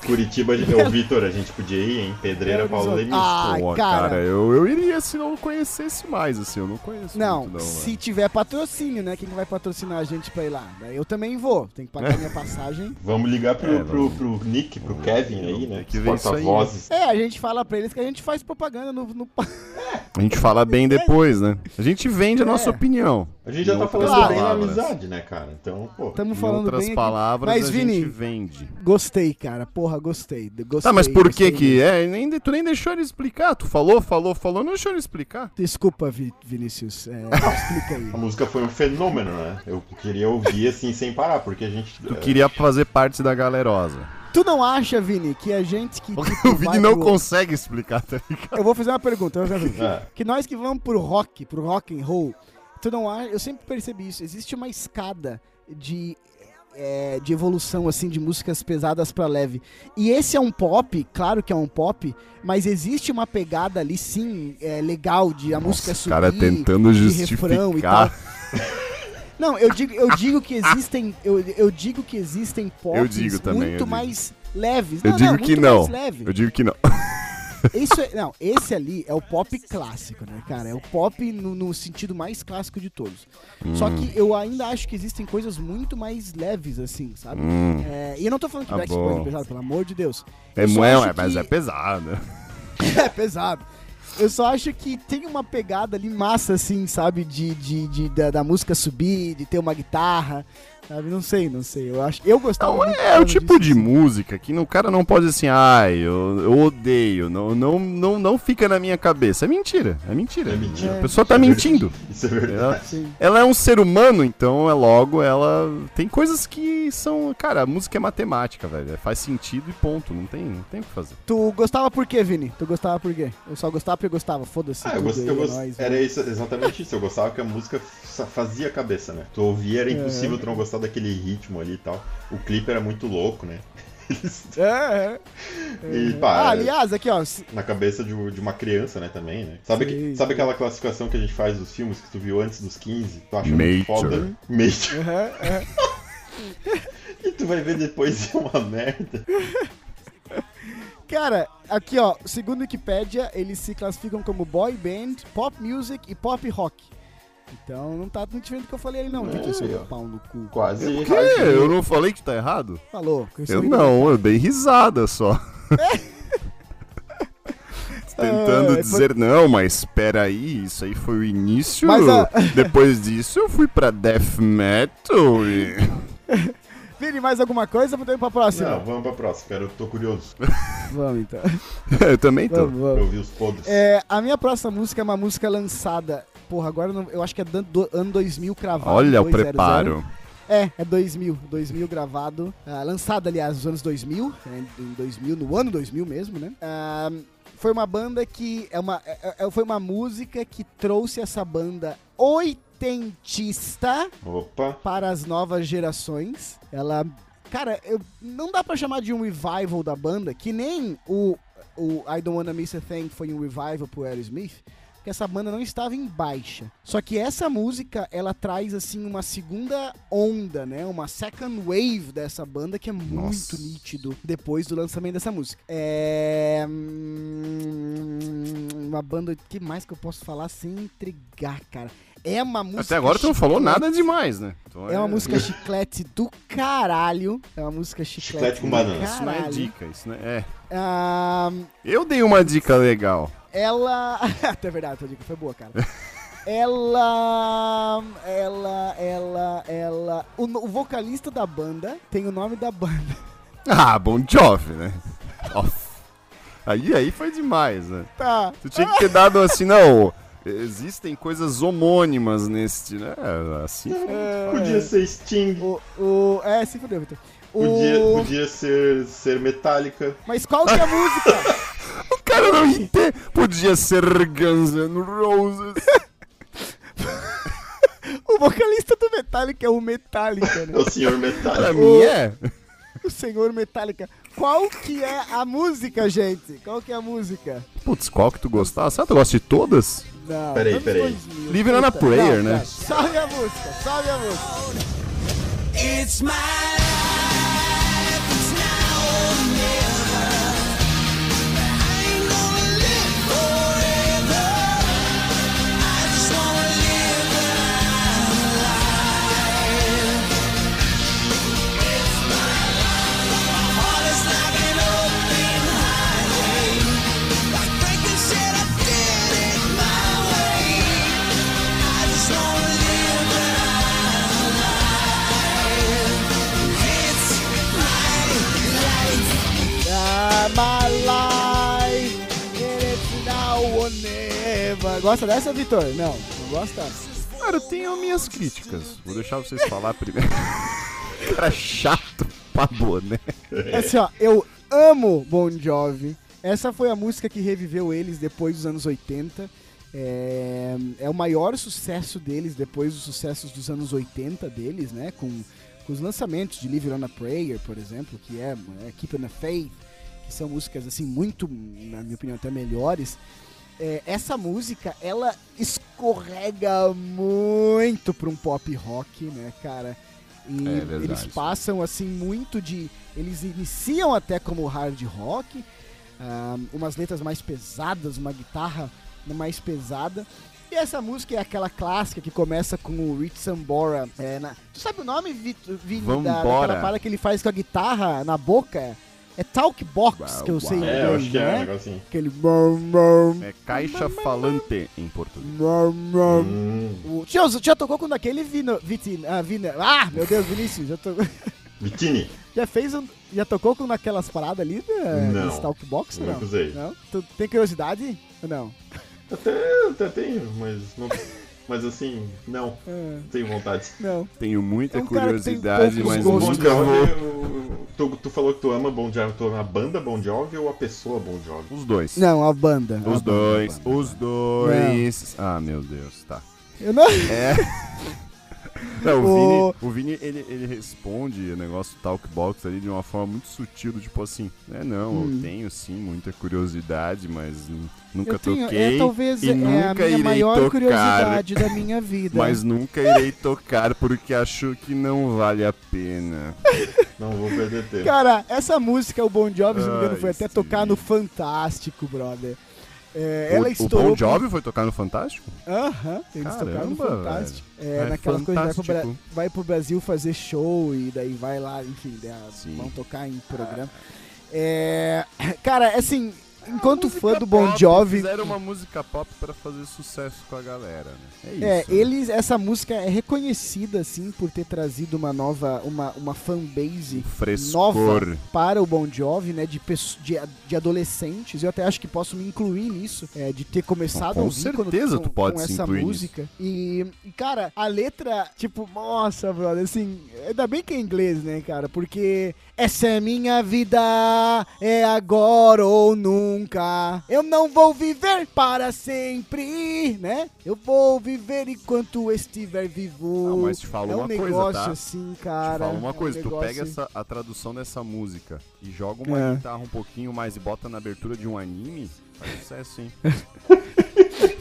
[SPEAKER 2] Curitiba, ô Vitor, a gente podia ir, hein? Pedreira,
[SPEAKER 1] Belo
[SPEAKER 2] Paulo
[SPEAKER 1] Horizonte.
[SPEAKER 2] Leminski.
[SPEAKER 1] Ah,
[SPEAKER 3] Pô,
[SPEAKER 1] cara.
[SPEAKER 3] cara, eu, eu iria se não conhecesse mais, assim, eu não conheço
[SPEAKER 1] Não,
[SPEAKER 3] muito, não.
[SPEAKER 1] se
[SPEAKER 3] velho.
[SPEAKER 1] tiver patrocínio, né? Quem que vai patrocinar a gente pra ir lá? Daí Eu também vou. Tem que pagar minha passagem.
[SPEAKER 2] Vamos ligar pro,
[SPEAKER 3] É,
[SPEAKER 2] pro, pro Nick, pro Kevin aí,
[SPEAKER 3] vamos
[SPEAKER 2] né?
[SPEAKER 3] ter que
[SPEAKER 2] os
[SPEAKER 3] ver isso aí.
[SPEAKER 2] Porta-vozes.
[SPEAKER 1] É, a gente fala pra eles que a gente faz propaganda no, no pa-
[SPEAKER 3] A gente fala bem depois, né? A gente vende a nossa
[SPEAKER 1] É.
[SPEAKER 3] opinião.
[SPEAKER 2] A gente já
[SPEAKER 3] Em
[SPEAKER 2] tá
[SPEAKER 3] outras
[SPEAKER 2] falando bem na
[SPEAKER 3] palavras.
[SPEAKER 2] amizade, né, cara? Então, pô.
[SPEAKER 1] Estamos
[SPEAKER 3] Em
[SPEAKER 1] falando
[SPEAKER 3] outras
[SPEAKER 1] bem. aqui.
[SPEAKER 3] palavras,
[SPEAKER 1] Mas,
[SPEAKER 3] a
[SPEAKER 1] Vini,
[SPEAKER 3] gente vende.
[SPEAKER 1] gostei, cara. Porra, gostei. gostei
[SPEAKER 3] Tá, mas por
[SPEAKER 1] gostei
[SPEAKER 3] que que é? Nem, de- tu nem deixou ele explicar. Tu falou, falou, falou, não deixou ele explicar.
[SPEAKER 1] Desculpa, Vi- Vinícius. É, explica
[SPEAKER 2] A
[SPEAKER 1] aí.
[SPEAKER 2] música foi um fenômeno, né? Eu queria ouvir assim sem parar, porque a gente.
[SPEAKER 3] Tu
[SPEAKER 2] é,
[SPEAKER 3] queria fazer parte da galerosa.
[SPEAKER 1] Tu não acha, Vini, que a gente que. que
[SPEAKER 3] O Vini
[SPEAKER 1] vai
[SPEAKER 3] não
[SPEAKER 1] pro-
[SPEAKER 3] consegue explicar, tá ligado?
[SPEAKER 1] Eu vou fazer uma pergunta. eu vou fazer uma pergunta.
[SPEAKER 3] Ah.
[SPEAKER 2] é,
[SPEAKER 1] que nós que vamos pro rock, pro rock and roll, tu não acha, eu sempre percebi isso, existe uma escada de é, de evolução assim de músicas pesadas pra leve. E esse é um pop, claro que é um pop, mas existe uma pegada ali sim, é, legal de a música
[SPEAKER 3] Nossa,
[SPEAKER 1] subir.
[SPEAKER 3] o cara tentando
[SPEAKER 1] de refrão e tal.
[SPEAKER 3] justificar.
[SPEAKER 1] Não, eu digo, eu digo que existem, eu, eu digo que existem pops
[SPEAKER 3] Eu digo também, eu
[SPEAKER 1] muito
[SPEAKER 3] digo.
[SPEAKER 1] mais leves.
[SPEAKER 3] Eu digo
[SPEAKER 1] muito
[SPEAKER 3] que não.
[SPEAKER 1] Mais leve.
[SPEAKER 3] Eu digo que não.
[SPEAKER 1] Isso é- não, esse ali é o pop clássico, né, cara? É o pop no, no sentido mais clássico de todos. Só
[SPEAKER 3] Hum.
[SPEAKER 1] que eu ainda acho que existem coisas muito mais leves, assim, sabe?
[SPEAKER 3] Hum,
[SPEAKER 1] É, e eu não tô falando que
[SPEAKER 3] Tá
[SPEAKER 1] Backstreet Boys é
[SPEAKER 3] bom.
[SPEAKER 1] pesado, pelo amor de Deus.
[SPEAKER 3] é,
[SPEAKER 1] Eu só
[SPEAKER 3] não é,
[SPEAKER 1] acho
[SPEAKER 3] é, mas
[SPEAKER 1] que-
[SPEAKER 3] é pesado.
[SPEAKER 1] é pesado. Eu só acho que tem uma pegada ali massa, assim, sabe? De, de, de- da, da música subir, de ter uma guitarra, sabe? Não sei, não sei. Eu acho. Eu gostava.
[SPEAKER 3] Então,
[SPEAKER 1] muito
[SPEAKER 3] é o
[SPEAKER 1] disso.
[SPEAKER 3] tipo de música que não- o cara não pode assim, ai, eu, eu odeio, não, não, não, não fica na minha cabeça. É mentira, é mentira.
[SPEAKER 2] É mentira.
[SPEAKER 3] A pessoa tá mentindo.
[SPEAKER 2] isso é verdade.
[SPEAKER 3] Ela, ela é um ser humano, então é logo, ela tem coisas que são, cara, a música é matemática, velho. Faz sentido e ponto, não tem, não tem o que fazer.
[SPEAKER 1] Tu gostava por quê, Vini? Tu gostava por quê? Eu só gostava porque eu gostava. Foda-se.
[SPEAKER 2] Ah, eu
[SPEAKER 1] tudo
[SPEAKER 2] gost...
[SPEAKER 1] aí,
[SPEAKER 2] eu
[SPEAKER 1] é
[SPEAKER 2] gost...
[SPEAKER 1] nóis,
[SPEAKER 2] era isso, exatamente isso. Eu gostava que a música fa- fazia a cabeça, né? Tu ouvia,
[SPEAKER 1] É.
[SPEAKER 2] era impossível tu não gostar daquele ritmo ali e tal. O clipe era muito louco, né? Eles-
[SPEAKER 1] É, é.
[SPEAKER 2] E,
[SPEAKER 1] Ah,
[SPEAKER 2] pá,
[SPEAKER 1] aliás, aqui ó, se-
[SPEAKER 2] na cabeça de, de uma criança, né, também, né? Sabe, que-
[SPEAKER 1] Sim.
[SPEAKER 2] sabe aquela classificação que a gente faz dos filmes que tu viu antes dos 15? Tu acha
[SPEAKER 3] Major.
[SPEAKER 2] muito
[SPEAKER 1] Uhum.
[SPEAKER 2] foda? Major.
[SPEAKER 1] aham, aham. Uhum,
[SPEAKER 2] E tu vai ver depois é uma merda.
[SPEAKER 1] cara, aqui ó, segundo Wikipedia, eles se classificam como boy band, pop music e pop rock. Então não tá muito diferente do que eu falei aí não, Vitor,
[SPEAKER 2] aí,
[SPEAKER 1] seu
[SPEAKER 2] ó.
[SPEAKER 1] pau no cu.
[SPEAKER 2] Quase.
[SPEAKER 3] O quê?
[SPEAKER 2] rasga-
[SPEAKER 3] Eu não falei que tá errado?
[SPEAKER 1] Falou. que
[SPEAKER 3] Eu
[SPEAKER 1] sou
[SPEAKER 3] não, eu dei risada só.
[SPEAKER 1] idiota. Ah,
[SPEAKER 3] tentando
[SPEAKER 1] é
[SPEAKER 3] dizer, não, mas espera aí, isso aí foi o início.
[SPEAKER 1] Mas a-
[SPEAKER 3] Depois disso eu fui pra death metal e...
[SPEAKER 1] Vini, mais alguma coisa? Vamos então pra próxima.
[SPEAKER 2] Não, vamos pra próxima, cara. Eu tô curioso
[SPEAKER 1] Vamos então.
[SPEAKER 3] eu também tô.
[SPEAKER 1] Vamos,
[SPEAKER 2] pra
[SPEAKER 1] vamos.
[SPEAKER 2] ouvir os podres.
[SPEAKER 1] É, a minha próxima música é uma música lançada. Porra, agora eu não- eu acho que é do, do ano 2000 cravado.
[SPEAKER 3] Olha o
[SPEAKER 1] 200.
[SPEAKER 3] preparo.
[SPEAKER 1] É, é 2000. 2000 gravado. ah, lançado, aliás, nos anos 2000. Né, em 2000, no ano 2000 mesmo, né? Ah, foi uma banda que. É uma, é- é- foi uma música que trouxe essa banda oitentista
[SPEAKER 2] Opa.
[SPEAKER 1] para as novas gerações. Ela. Cara, eu, não dá pra chamar de um revival da banda, que nem o, o I Don't Wanna Miss a Thing foi um revival pro Aerosmith, porque essa banda não estava em baixa. Só que essa música, ela traz, assim, uma segunda onda, né? Uma second wave dessa banda que é
[SPEAKER 3] Nossa.
[SPEAKER 1] muito nítido depois do lançamento dessa música. É. hum, Uma banda. que mais que eu posso falar sem intrigar, cara? É uma música.
[SPEAKER 3] Até agora tu não falou
[SPEAKER 1] chiclete.
[SPEAKER 3] nada demais, né? Então
[SPEAKER 1] É uma música chiclete do caralho. É uma música chiclete.
[SPEAKER 2] Chiclete com
[SPEAKER 1] do
[SPEAKER 2] banana.
[SPEAKER 3] Isso não é
[SPEAKER 1] caralho.
[SPEAKER 3] dica, isso não é... é.
[SPEAKER 1] Ah,
[SPEAKER 3] Eu dei uma dica legal.
[SPEAKER 1] ela. Até verdade, tua dica foi boa, cara. Ela. Ela. Ela. Ela. O, no- o vocalista da banda tem o nome da banda.
[SPEAKER 3] Ah, Bon Jovi, né? Nossa. Aí, aí foi demais, né?
[SPEAKER 1] Tá.
[SPEAKER 3] Tu tinha que ter dado assim, não. Existem coisas homônimas neste, né? Assim foi.
[SPEAKER 2] Podia ser Sting,
[SPEAKER 1] O, o, é, se fudeu, Vitor. O,
[SPEAKER 2] podia, podia ser, ser Metallica.
[SPEAKER 1] Mas qual que é a música?
[SPEAKER 3] O cara não entende. Podia ser Guns N' Roses.
[SPEAKER 1] O vocalista do Metallica é o Metallica, né?
[SPEAKER 2] É o senhor
[SPEAKER 3] Pra
[SPEAKER 2] Metallica.
[SPEAKER 3] mim é.
[SPEAKER 1] O senhor Metallica. Qual que é a música, gente? Qual que é a música?
[SPEAKER 3] Putz, qual que tu gostava? Será que tu gosta de todas?
[SPEAKER 1] Não,
[SPEAKER 2] Peraí,
[SPEAKER 1] anos
[SPEAKER 2] peraí.
[SPEAKER 1] 2000.
[SPEAKER 3] Living on a
[SPEAKER 1] Puta,
[SPEAKER 3] Prayer,
[SPEAKER 1] não,
[SPEAKER 3] né?
[SPEAKER 1] cara, Salve a música, salve a música.
[SPEAKER 4] It's my life, it's now or never. I ain't gonna live forever. I just wanna live the life. It's my life. My heart is like an open highway. Like Franklin said, I did it my way. I just wanna live the It's my life.
[SPEAKER 1] Ah, my life, it's now or never. Gosta dessa, Vitor? Não, não gosta.
[SPEAKER 3] Cara, eu tenho minhas críticas. Vou deixar vocês falar primeiro. cara chato pra boné.
[SPEAKER 1] É Assim, ó, eu amo Bon Jovi. Essa foi a música que reviveu eles depois dos anos 80. É, é o maior sucesso deles depois dos sucessos dos anos 80 deles, né? Com, com os lançamentos de Live on a Prayer, por exemplo, que é, é Keeping a Faith, que são músicas, assim, muito, na minha opinião, até melhores. É, essa música, ela escorrega muito pra um pop rock, né, cara? E
[SPEAKER 3] É verdade.
[SPEAKER 1] eles passam, assim, muito de... Eles iniciam até como hard rock, ah, umas letras mais pesadas, uma guitarra mais pesada. E essa música é aquela clássica que começa com o Rich Sambora. É, na... Tu sabe o nome, Vitor? Vini, da,
[SPEAKER 3] Vambora.
[SPEAKER 1] daquela parada que ele faz com a guitarra na boca? É Talk Box,
[SPEAKER 3] Uau,
[SPEAKER 1] que eu sei.
[SPEAKER 3] uau.
[SPEAKER 2] É, eu acho que é um
[SPEAKER 1] né?
[SPEAKER 2] negocinho.
[SPEAKER 1] Aquele... brum, brum,
[SPEAKER 3] É caixa falante em português.
[SPEAKER 1] brum, brum.
[SPEAKER 2] Hum,
[SPEAKER 1] O- Já, já tocou com daquele Vino, Vitin, ah, Vina, ah, meu Deus, Vinícius, já, tocou-
[SPEAKER 2] Vitini,
[SPEAKER 1] já fez um, já tocou com daquelas paradas ali da,
[SPEAKER 2] Não.
[SPEAKER 1] desse Talk Box,
[SPEAKER 2] nunca
[SPEAKER 1] não?
[SPEAKER 2] usei.
[SPEAKER 1] Não? Tu tem curiosidade? Ou Não.
[SPEAKER 2] Até, até tenho, mas não. Mas assim, não,
[SPEAKER 1] Ah,
[SPEAKER 2] não tenho vontade.
[SPEAKER 1] não.
[SPEAKER 3] Tenho muita
[SPEAKER 1] É um cara que tem
[SPEAKER 3] curiosidade,
[SPEAKER 1] poucos
[SPEAKER 3] mas
[SPEAKER 1] gostos. né?
[SPEAKER 2] Bon
[SPEAKER 3] nunca vou.
[SPEAKER 2] Jovi, o- tu, tu falou que tu ama Bon Jovi, tu ama a banda Bon Jovi ou a pessoa Bon Jovi?
[SPEAKER 3] Os dois.
[SPEAKER 1] Não, a banda. a
[SPEAKER 3] Os
[SPEAKER 1] banda,
[SPEAKER 3] dois,
[SPEAKER 1] a banda.
[SPEAKER 3] os dois. Ah, meu Deus, tá.
[SPEAKER 1] Eu não...
[SPEAKER 3] É. Não, o,
[SPEAKER 1] O-
[SPEAKER 3] Vini, o Vini, ele, ele responde o negócio do talk box ali de uma forma muito sutil, do tipo assim, é não, eu tenho sim muita curiosidade, mas nu- nunca
[SPEAKER 1] Hum. eu tenho,
[SPEAKER 3] toquei
[SPEAKER 1] é talvez
[SPEAKER 3] e
[SPEAKER 1] é a
[SPEAKER 3] nunca
[SPEAKER 1] minha
[SPEAKER 3] irei
[SPEAKER 1] maior
[SPEAKER 3] tocar,
[SPEAKER 1] curiosidade né?" da minha vida.
[SPEAKER 3] mas nunca irei tocar porque acho que não vale a pena.
[SPEAKER 2] Não vou perder tempo.
[SPEAKER 1] Cara, essa música, o Bon Jovi, se não me engano,
[SPEAKER 3] Ai,
[SPEAKER 1] foi até
[SPEAKER 3] sim.
[SPEAKER 1] tocar no Fantástico, brother. É, ela
[SPEAKER 3] o, o
[SPEAKER 1] estourou.
[SPEAKER 3] Bon Jovi foi tocar no Fantástico?
[SPEAKER 1] Aham, eles tocaram no
[SPEAKER 3] Caramba,
[SPEAKER 1] Fantástico. É,
[SPEAKER 3] É
[SPEAKER 1] naquelas coisas vai pro, Bra-
[SPEAKER 3] fantástico.
[SPEAKER 1] vai pro Brasil fazer show e daí vai lá, enfim, da-
[SPEAKER 3] Sim.
[SPEAKER 1] vão tocar em programa. É, cara, assim, enquanto
[SPEAKER 3] Música
[SPEAKER 1] fã do Bon
[SPEAKER 3] pop,
[SPEAKER 1] Jovi,
[SPEAKER 3] Fizeram uma música pop pra fazer sucesso com a galera, né? É isso.
[SPEAKER 1] é,
[SPEAKER 3] né?
[SPEAKER 1] eles, essa música é reconhecida, assim, por ter trazido uma nova, uma, uma fanbase
[SPEAKER 3] Um Frescor.
[SPEAKER 1] nova para o Bon Jovi, né, de, pesso- de, de adolescentes, eu até acho que posso me incluir nisso, é, de ter começado
[SPEAKER 3] Com
[SPEAKER 1] a ouvir quando-
[SPEAKER 3] certeza
[SPEAKER 1] com,
[SPEAKER 3] tu pode
[SPEAKER 1] com
[SPEAKER 3] se
[SPEAKER 1] essa
[SPEAKER 3] incluir nisso.
[SPEAKER 1] música. E, e, cara, a letra, tipo, nossa, brother, assim, ainda bem que é inglês, né, cara, porque essa é minha vida, é agora ou nunca, eu não vou viver para sempre, né, eu vou viver enquanto estiver vivo.
[SPEAKER 3] Ah, mas te falo
[SPEAKER 1] é um
[SPEAKER 3] uma coisa,
[SPEAKER 1] negócio
[SPEAKER 3] tá?
[SPEAKER 1] assim, cara.
[SPEAKER 3] Te fala
[SPEAKER 1] é um
[SPEAKER 3] uma coisa, tu
[SPEAKER 1] negócio-
[SPEAKER 3] pega essa, a tradução dessa música e joga uma
[SPEAKER 1] É.
[SPEAKER 3] guitarra um pouquinho mais e bota na abertura de um anime, faz sucesso, hein?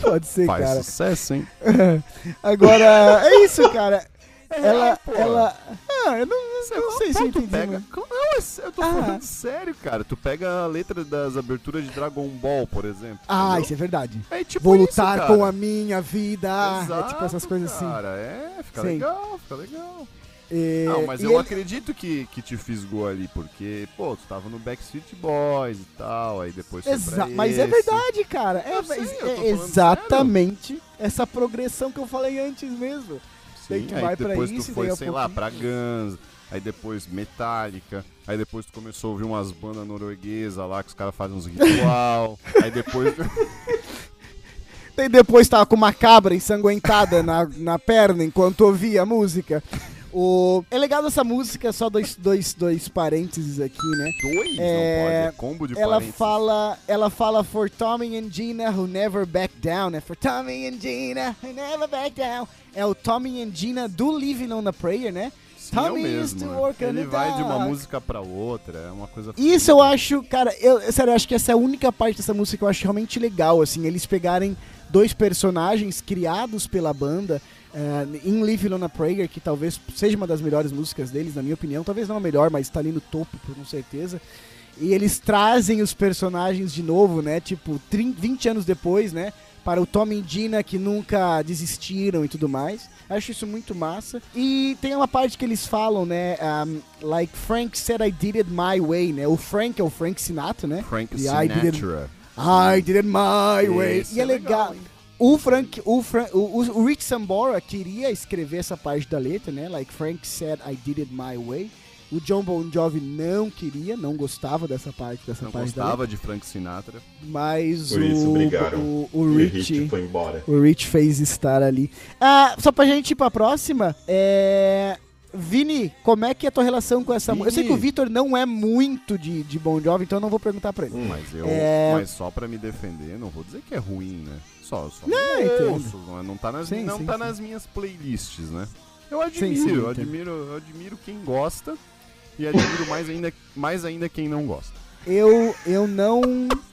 [SPEAKER 1] Pode ser,
[SPEAKER 3] faz
[SPEAKER 1] cara.
[SPEAKER 3] sucesso, hein?
[SPEAKER 1] Agora, é isso, cara. É, Ela,
[SPEAKER 3] É, pô.
[SPEAKER 1] ela... Ah, eu não, eu não sei se eu
[SPEAKER 3] tu
[SPEAKER 1] entendi.
[SPEAKER 3] pega.
[SPEAKER 1] mas-
[SPEAKER 3] Não, é sé- eu tô
[SPEAKER 1] Ah.
[SPEAKER 3] falando sério, cara. Tu pega a letra das aberturas de Dragon Ball, por exemplo.
[SPEAKER 1] Ah,
[SPEAKER 3] entendeu?
[SPEAKER 1] isso é verdade.
[SPEAKER 3] é tipo
[SPEAKER 1] Vou
[SPEAKER 3] isso,
[SPEAKER 1] lutar
[SPEAKER 3] cara.
[SPEAKER 1] com a minha vida. é tipo essas
[SPEAKER 3] Exato,
[SPEAKER 1] coisas assim.
[SPEAKER 3] Cara, é, fica
[SPEAKER 1] Sim.
[SPEAKER 3] legal, fica legal.
[SPEAKER 1] É,
[SPEAKER 3] Não, mas
[SPEAKER 1] e
[SPEAKER 3] eu
[SPEAKER 1] ele-
[SPEAKER 3] acredito que, que te fisgou ali, porque, pô, tu tava no Backstreet Boys e tal, aí depois foi
[SPEAKER 1] Exa-
[SPEAKER 3] pra
[SPEAKER 1] mas é
[SPEAKER 3] esse.
[SPEAKER 1] verdade, cara. É,
[SPEAKER 3] Eu sei,
[SPEAKER 1] mas
[SPEAKER 3] eu tô
[SPEAKER 1] é
[SPEAKER 3] falando
[SPEAKER 1] exatamente essa progressão que eu falei antes mesmo. Daí
[SPEAKER 3] Sim,
[SPEAKER 1] tu
[SPEAKER 3] aí
[SPEAKER 1] vai pra
[SPEAKER 3] depois
[SPEAKER 1] isso,
[SPEAKER 3] tu
[SPEAKER 1] e
[SPEAKER 3] foi,
[SPEAKER 1] daí a
[SPEAKER 3] sei lá,
[SPEAKER 1] pouquinho-
[SPEAKER 3] pra Guns, aí depois Metallica, aí depois tu começou a ouvir umas bandas norueguesas lá que os caras fazem uns ritual, aí depois...
[SPEAKER 1] E depois tava com uma cabra ensanguentada na, na perna enquanto ouvia a música. O... É legal essa música, só dois, dois, dois parênteses aqui, né?
[SPEAKER 3] Dois,
[SPEAKER 1] É,
[SPEAKER 3] não pode, é combo de
[SPEAKER 1] Ela
[SPEAKER 3] parênteses.
[SPEAKER 1] fala, ela fala for Tommy and Gina who never back down, né? For Tommy and Gina who never back down. É o Tommy and Gina do Living on a Prayer, né?
[SPEAKER 3] Sim, é o
[SPEAKER 1] Tommy used
[SPEAKER 3] mesmo,
[SPEAKER 1] to
[SPEAKER 3] né?
[SPEAKER 1] work on
[SPEAKER 3] Ele
[SPEAKER 1] the
[SPEAKER 3] vai de uma
[SPEAKER 1] dock.
[SPEAKER 3] música pra outra, é uma coisa...
[SPEAKER 1] Isso eu acho, cara, eu, sério, eu acho que essa é a única parte dessa música que eu acho realmente legal, assim, eles pegarem dois personagens criados pela banda eh, em Live on a Prayer, que talvez seja uma das melhores músicas deles, na minha opinião, talvez não a melhor, mas tá ali no topo, com certeza. E eles trazem os personagens de novo, né? Tipo, 30, 20 anos depois, né? Para o Tom e Dina que nunca desistiram e tudo mais. Acho isso muito massa. E tem uma parte que eles falam, né? um, like Frank said I did it my way, né? O Frank é o Frank Sinatra, né?
[SPEAKER 3] Frank
[SPEAKER 1] E I did it-
[SPEAKER 3] Sinatra.
[SPEAKER 1] I did it my way.
[SPEAKER 3] Esse
[SPEAKER 1] e é
[SPEAKER 3] é
[SPEAKER 1] legal.
[SPEAKER 3] legal,
[SPEAKER 1] o Frank, o, Fran, o, o Rich Sambora queria escrever essa parte da letra, né? Like Frank said, I did it my way. O John Bon Jovi não queria, não gostava dessa parte, dessa
[SPEAKER 3] Não
[SPEAKER 1] parte da
[SPEAKER 3] gostava de Frank Sinatra.
[SPEAKER 1] mas
[SPEAKER 2] Por
[SPEAKER 1] o,
[SPEAKER 2] isso brigaram.
[SPEAKER 1] o, o
[SPEAKER 2] E o
[SPEAKER 1] Rich.
[SPEAKER 2] Hit foi embora.
[SPEAKER 1] O Rich fez estar ali. Ah, só pra gente ir pra próxima, é. Vini, como é que é a tua relação com essa música? Eu sei que
[SPEAKER 3] Vini.
[SPEAKER 1] o Vitor não é muito de, de Bon Jovi, então eu não vou perguntar pra ele.
[SPEAKER 3] Mas eu,
[SPEAKER 1] É.
[SPEAKER 3] mas só pra me defender, não vou dizer que é ruim, né? Só, só não,
[SPEAKER 1] entendo.
[SPEAKER 3] ouço, não, não tá nas,
[SPEAKER 1] Sim,
[SPEAKER 3] não
[SPEAKER 1] sim,
[SPEAKER 3] tá
[SPEAKER 1] sim.
[SPEAKER 3] nas minhas playlists, né? Eu
[SPEAKER 1] Sim,
[SPEAKER 3] admiro,
[SPEAKER 1] sim,
[SPEAKER 3] eu
[SPEAKER 1] entendo.
[SPEAKER 3] admiro, eu admiro quem gosta e admiro mais ainda, mais ainda quem não gosta.
[SPEAKER 1] Eu, eu não.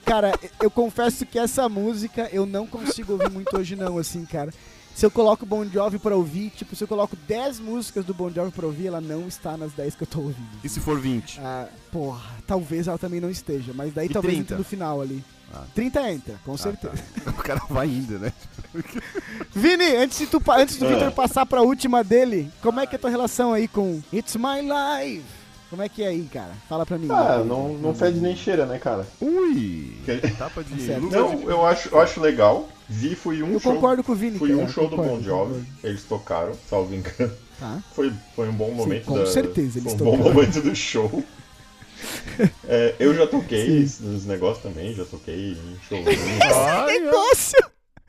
[SPEAKER 1] Cara, eu confesso que essa música eu não consigo ouvir muito hoje, não, assim, cara. Se eu coloco Bon Jovi pra ouvir, tipo, se eu coloco 10 músicas do Bon Jovi pra ouvir, ela não está nas 10 que eu tô ouvindo.
[SPEAKER 3] E se for 20?
[SPEAKER 1] Ah, porra, talvez ela também não esteja, mas daí
[SPEAKER 3] E
[SPEAKER 1] talvez
[SPEAKER 3] 30?
[SPEAKER 1] entre no final ali.
[SPEAKER 3] Ah.
[SPEAKER 1] 30 entra, com certeza.
[SPEAKER 3] Ah, tá. O cara vai ainda, né?
[SPEAKER 1] Vini, antes, de tu, pa- antes do
[SPEAKER 2] Ah.
[SPEAKER 1] Victor passar pra última dele, como é que é a tua relação aí com It's My Life? Como é que é aí, cara? Fala pra mim.
[SPEAKER 2] Ah, não, não fede nem cheira, né, cara?
[SPEAKER 3] Ui!
[SPEAKER 2] Que-
[SPEAKER 3] Tapa de
[SPEAKER 1] Tá Certo.
[SPEAKER 3] Lucas
[SPEAKER 2] Não, eu acho, eu acho legal. Vi, fui um
[SPEAKER 1] Eu
[SPEAKER 2] show.
[SPEAKER 1] concordo com o Vini.
[SPEAKER 2] Fui
[SPEAKER 1] cara,
[SPEAKER 2] um show do
[SPEAKER 1] concordo,
[SPEAKER 2] Bon Jovi. Eles tocaram, salvo engano.
[SPEAKER 1] Tá.
[SPEAKER 2] Foi, foi um bom momento
[SPEAKER 1] com
[SPEAKER 2] da-
[SPEAKER 1] certeza, eles
[SPEAKER 2] foi um
[SPEAKER 1] tocaram.
[SPEAKER 2] bom momento do show. É, eu já toquei nos negócios também, já toquei em showzinho. e tal.
[SPEAKER 3] Ai, ai.
[SPEAKER 1] Negócio!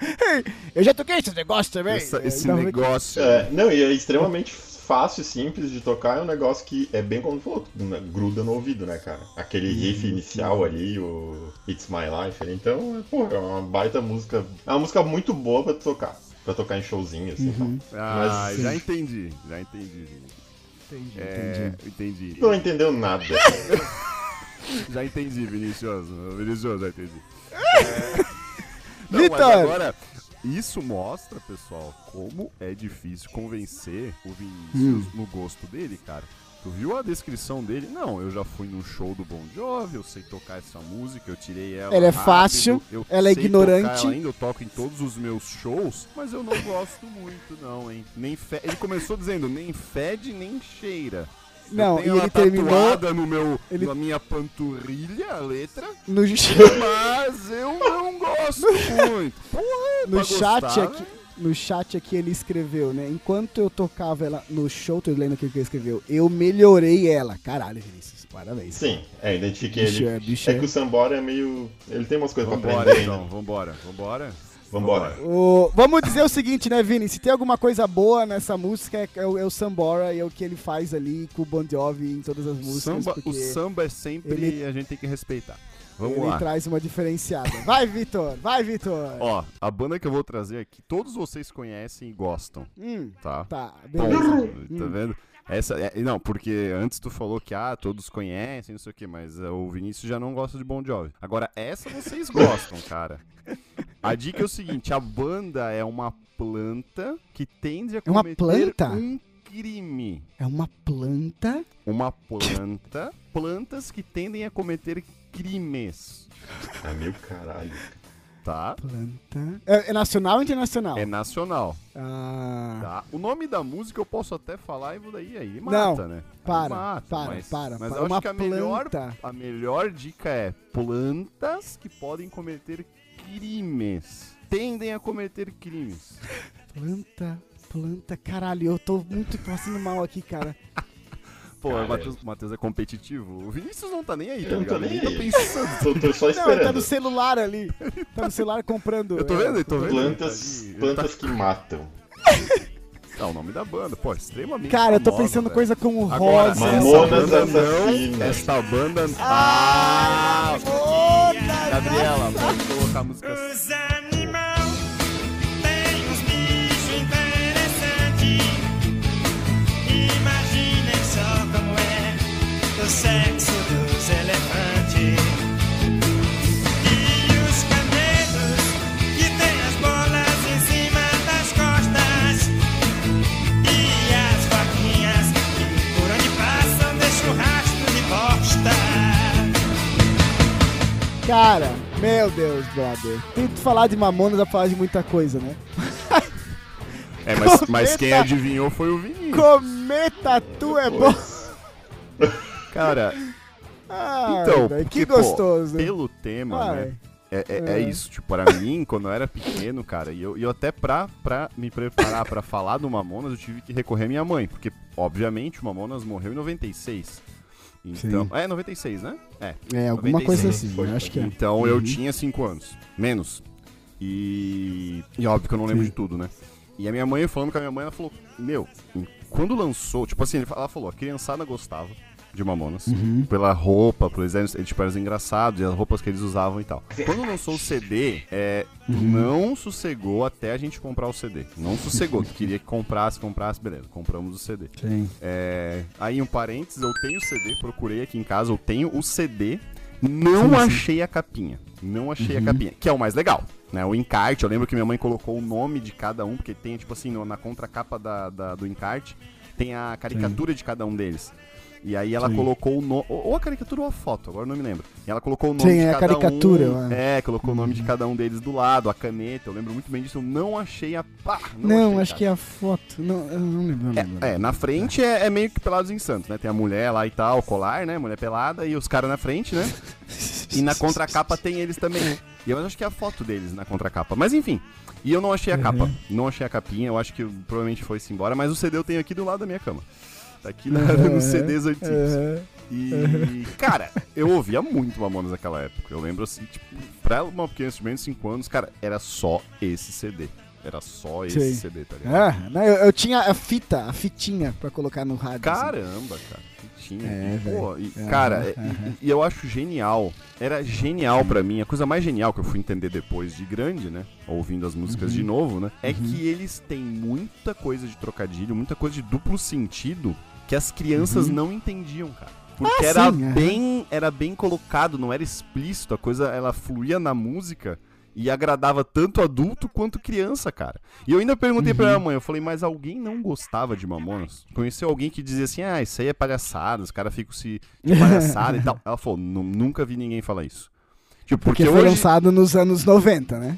[SPEAKER 1] Ei, eu já toquei esse negócio também.
[SPEAKER 3] Essa-
[SPEAKER 1] É,
[SPEAKER 3] esse
[SPEAKER 1] então-
[SPEAKER 3] negócio.
[SPEAKER 2] É, não, e é extremamente fácil, simples de tocar, é um negócio que é bem como tu falou, tu na- gruda no ouvido, né, cara? Aquele riff inicial ali, o It's My Life, ali, então, é, porra, é uma baita música, é uma música muito boa pra tu tocar, pra tocar em showzinho, assim, tal.
[SPEAKER 3] Ah,
[SPEAKER 2] Mas-
[SPEAKER 3] já entendi, já entendi. gente.
[SPEAKER 1] Entendi,
[SPEAKER 3] É,
[SPEAKER 1] entendi.
[SPEAKER 3] entendi.
[SPEAKER 2] Não entendeu nada.
[SPEAKER 3] Já entendi, Vinicius. Vinicius, já entendi. É...
[SPEAKER 1] Vitor!
[SPEAKER 3] mas agora, isso mostra, pessoal, como é difícil convencer o Vinícius no gosto dele, cara. Tu viu a descrição dele? Não, eu já fui num show do Bon Jovi, eu sei tocar essa música, eu tirei ela.
[SPEAKER 1] Ela é
[SPEAKER 3] rápido,
[SPEAKER 1] fácil,
[SPEAKER 3] eu
[SPEAKER 1] ela é
[SPEAKER 3] sei
[SPEAKER 1] ignorante.
[SPEAKER 3] tocar Ela ainda eu toco em todos os meus shows, mas eu não gosto muito, não, hein? Nem fe... Ele começou dizendo, nem fede, nem cheira.
[SPEAKER 1] Não,
[SPEAKER 3] eu
[SPEAKER 1] e
[SPEAKER 3] tenho ela
[SPEAKER 1] ele terminou
[SPEAKER 3] tatuada no meu,
[SPEAKER 1] ele-
[SPEAKER 3] na minha panturrilha, a letra,
[SPEAKER 1] no,
[SPEAKER 3] mas eu não gosto muito. Porra,
[SPEAKER 1] no
[SPEAKER 3] pra
[SPEAKER 1] chat
[SPEAKER 3] gostar, né?
[SPEAKER 1] aqui. No chat aqui ele escreveu, né? Enquanto eu tocava ela no show, tô lendo aqui o que ele escreveu. Eu melhorei ela. Caralho, Vinícius, parabéns.
[SPEAKER 2] Sim, é, identifiquei
[SPEAKER 1] Bicho é,
[SPEAKER 2] ele.
[SPEAKER 1] bicho
[SPEAKER 2] É
[SPEAKER 1] é.
[SPEAKER 2] que o Sambora é meio. Ele tem umas coisas pra
[SPEAKER 3] Vambora
[SPEAKER 2] aprender
[SPEAKER 3] então,
[SPEAKER 2] ainda.
[SPEAKER 3] vambora, vambora.
[SPEAKER 2] Vambora.
[SPEAKER 1] Ô, vamos dizer o seguinte, né, Vini? Se tem alguma coisa boa nessa música, é, é o, é o Sambora e é o que ele faz ali com o Bon Jovi em todas as músicas.
[SPEAKER 3] Samba,
[SPEAKER 1] porque
[SPEAKER 3] O samba é sempre,
[SPEAKER 1] ele-
[SPEAKER 3] a gente tem que respeitar. Vamos
[SPEAKER 1] ele
[SPEAKER 3] lá.
[SPEAKER 1] traz uma diferenciada. Vai, Vitor! Vai, Vitor!
[SPEAKER 3] Ó, a banda que eu vou trazer aqui, todos vocês conhecem e gostam,
[SPEAKER 1] Hum,
[SPEAKER 3] tá?
[SPEAKER 1] tá, beleza.
[SPEAKER 3] Ponto, tá vendo? Essa, é- não, porque antes tu falou que, ah, todos conhecem, não sei o que, mas é, o Vinícius já não gosta de Bon Jovi. Agora, essa vocês gostam, cara. A dica é o seguinte, a banda é uma planta que tende a
[SPEAKER 1] É uma
[SPEAKER 3] cometer
[SPEAKER 1] planta?
[SPEAKER 3] um crime.
[SPEAKER 1] É uma planta?
[SPEAKER 3] Uma planta, plantas que tendem a cometer crimes,
[SPEAKER 2] Ah, meu caralho.
[SPEAKER 3] tá?
[SPEAKER 1] Planta. É, é nacional ou internacional?
[SPEAKER 3] É nacional,
[SPEAKER 1] Ah,
[SPEAKER 3] tá? O nome da música eu posso até falar e vou daí aí
[SPEAKER 1] Não,
[SPEAKER 3] mata, né? Aí
[SPEAKER 1] para,
[SPEAKER 3] mata,
[SPEAKER 1] para,
[SPEAKER 3] mas,
[SPEAKER 1] para,
[SPEAKER 3] Mas
[SPEAKER 1] para.
[SPEAKER 3] eu
[SPEAKER 1] Uma
[SPEAKER 3] acho que a melhor,
[SPEAKER 1] planta.
[SPEAKER 3] a melhor dica é plantas que podem cometer crimes. Tendem a cometer crimes.
[SPEAKER 1] planta, planta. Caralho, eu tô muito passando mal aqui, cara.
[SPEAKER 3] Pô,
[SPEAKER 2] Cara,
[SPEAKER 3] o Matheus, o Matheus é competitivo. O Vinícius não tá nem aí, tá
[SPEAKER 2] Eu não tô
[SPEAKER 3] ligado?
[SPEAKER 2] nem
[SPEAKER 3] Ele tá
[SPEAKER 2] aí.
[SPEAKER 3] pensando.
[SPEAKER 2] Tô, tô só
[SPEAKER 1] Não, ele tá
[SPEAKER 2] esperando.
[SPEAKER 1] no celular ali. Tá no celular comprando.
[SPEAKER 3] Eu tô
[SPEAKER 1] é,
[SPEAKER 3] vendo, eu tô vendo.
[SPEAKER 2] Plantas,
[SPEAKER 3] Ele tá ali, ele
[SPEAKER 2] plantas que matam.
[SPEAKER 3] Tá, o nome da banda, pô, extremamente
[SPEAKER 1] É. Cara, eu tô
[SPEAKER 3] famosa,
[SPEAKER 1] pensando
[SPEAKER 3] velho.
[SPEAKER 1] coisa como rosa.
[SPEAKER 3] Agora, essa
[SPEAKER 2] Mamonas
[SPEAKER 3] banda não,
[SPEAKER 2] Assassinas.
[SPEAKER 3] Esta banda... Ah! Gabriela, pode colocar a música...
[SPEAKER 5] Os animais têm uns bichos interessantes. Imaginem só como é o sexo dos elefantes. E os camelos que têm as bolas em cima das costas. E as vaquinhas que por onde passam deixam rastro de bosta.
[SPEAKER 1] Cara, meu Deus, brother. Tento falar de mamona, dá pra falar de muita coisa, né?
[SPEAKER 3] É, mas, mas
[SPEAKER 1] Cometa.
[SPEAKER 3] quem adivinhou foi o Vinícius.
[SPEAKER 1] Cometa, tu é bom.
[SPEAKER 3] Cara,
[SPEAKER 1] Ah,
[SPEAKER 3] então,
[SPEAKER 1] velho,
[SPEAKER 3] porque,
[SPEAKER 1] que
[SPEAKER 3] pô,
[SPEAKER 1] gostoso.
[SPEAKER 3] pelo tema,
[SPEAKER 1] Vai.
[SPEAKER 3] né? É, é- é
[SPEAKER 1] É.
[SPEAKER 3] isso, tipo, pra mim, quando eu era pequeno, cara, e eu, e eu até pra, pra me preparar pra falar do Mamonas, eu tive que recorrer à minha mãe, porque, obviamente, o Mamonas morreu em 96. Então, é 96, né? É.
[SPEAKER 1] É, alguma
[SPEAKER 3] 96,
[SPEAKER 1] coisa
[SPEAKER 3] né?
[SPEAKER 1] assim,
[SPEAKER 2] Foi,
[SPEAKER 1] eu acho que é.
[SPEAKER 3] Então eu tinha 5 anos, menos. E, e óbvio que eu não lembro de tudo, né? E a minha mãe, eu falando com a minha mãe, ela falou: Meu, quando lançou, tipo assim, ela falou: a criançada gostava de Mamonas,
[SPEAKER 1] Uhum.
[SPEAKER 3] pela roupa, por exemplo, eles tipo, eram engraçados e as roupas que eles usavam e tal. Quando lançou o CD, é,
[SPEAKER 1] Uhum.
[SPEAKER 3] não sossegou até a gente comprar o CD. Não sossegou, tu queria que comprasse, comprasse, beleza, compramos o CD. É, aí um parênteses, eu tenho o CD, procurei aqui em casa, eu tenho o CD, não achei a capinha. Não achei
[SPEAKER 1] Uhum.
[SPEAKER 3] a capinha, que é o mais legal. Né, o encarte, eu lembro que minha mãe colocou o nome de cada um, porque tem, tipo assim, no- na contracapa da, da- do encarte, tem a caricatura de cada um deles. E aí ela colocou o nome. Ou ou a caricatura ou a foto, agora eu não me lembro. E ela colocou o nome
[SPEAKER 1] Sim,
[SPEAKER 3] de
[SPEAKER 1] é a
[SPEAKER 3] cada
[SPEAKER 1] caricatura,
[SPEAKER 3] um.
[SPEAKER 1] eu Uhum.
[SPEAKER 3] É, colocou o nome de cada um deles do lado, a caneta. Eu lembro muito bem disso. Eu não achei a. Pá,
[SPEAKER 1] Não,
[SPEAKER 3] achei,
[SPEAKER 1] acho
[SPEAKER 3] cara.
[SPEAKER 1] que é a foto. Não, eu não lembro. não lembro.
[SPEAKER 3] É, na frente é, é meio que pelados em Santos, né? Tem a mulher lá e tal, o colar, né? Mulher pelada e os caras na frente, né? E na contracapa tem eles também. E eu acho que é a foto deles na contracapa. Mas enfim. E eu não achei a capa. Não achei a capinha. Eu acho que provavelmente foi-se embora. Mas o CD eu tenho aqui do lado da minha cama. Tá aqui na, nos CDs antigos.
[SPEAKER 1] Aham.
[SPEAKER 3] E, cara, eu ouvia muito Mamonas naquela época. Eu lembro assim, tipo, pra uma criança de menos de 5 anos, cara, era só esse CD. Era só esse
[SPEAKER 1] Sei.
[SPEAKER 3] CD, tá ligado?
[SPEAKER 1] Ah, não, eu, eu tinha a fita, a fitinha pra colocar no rádio. assim.
[SPEAKER 3] Caramba, cara. que Tinha.
[SPEAKER 1] É,
[SPEAKER 3] E, pô,
[SPEAKER 1] velho.
[SPEAKER 3] e,
[SPEAKER 1] Aham,
[SPEAKER 3] cara, e- e, e eu acho genial. Era genial pra mim. A coisa mais genial que eu fui entender depois de grande, né? Ouvindo as músicas
[SPEAKER 1] Uhum.
[SPEAKER 3] de novo, né? É que eles têm muita coisa de trocadilho, muita coisa de duplo sentido que as crianças não entendiam, cara. Porque
[SPEAKER 1] Uhum. Ah,
[SPEAKER 3] era,
[SPEAKER 1] sim, aham.
[SPEAKER 3] bem, era bem colocado, não era explícito, a coisa ela fluía na música e agradava tanto adulto quanto criança, cara. E eu ainda perguntei pra minha mãe, eu falei, mas alguém não gostava de Mamonas? Conheceu alguém que dizia assim, ah, isso aí é palhaçada, os caras ficam se de palhaçada e tal. Ela falou, "Nu- nunca vi ninguém falar isso. Tipo,
[SPEAKER 1] Porque
[SPEAKER 3] porque,
[SPEAKER 1] foi
[SPEAKER 3] hoje...
[SPEAKER 1] lançado nos anos 90, né?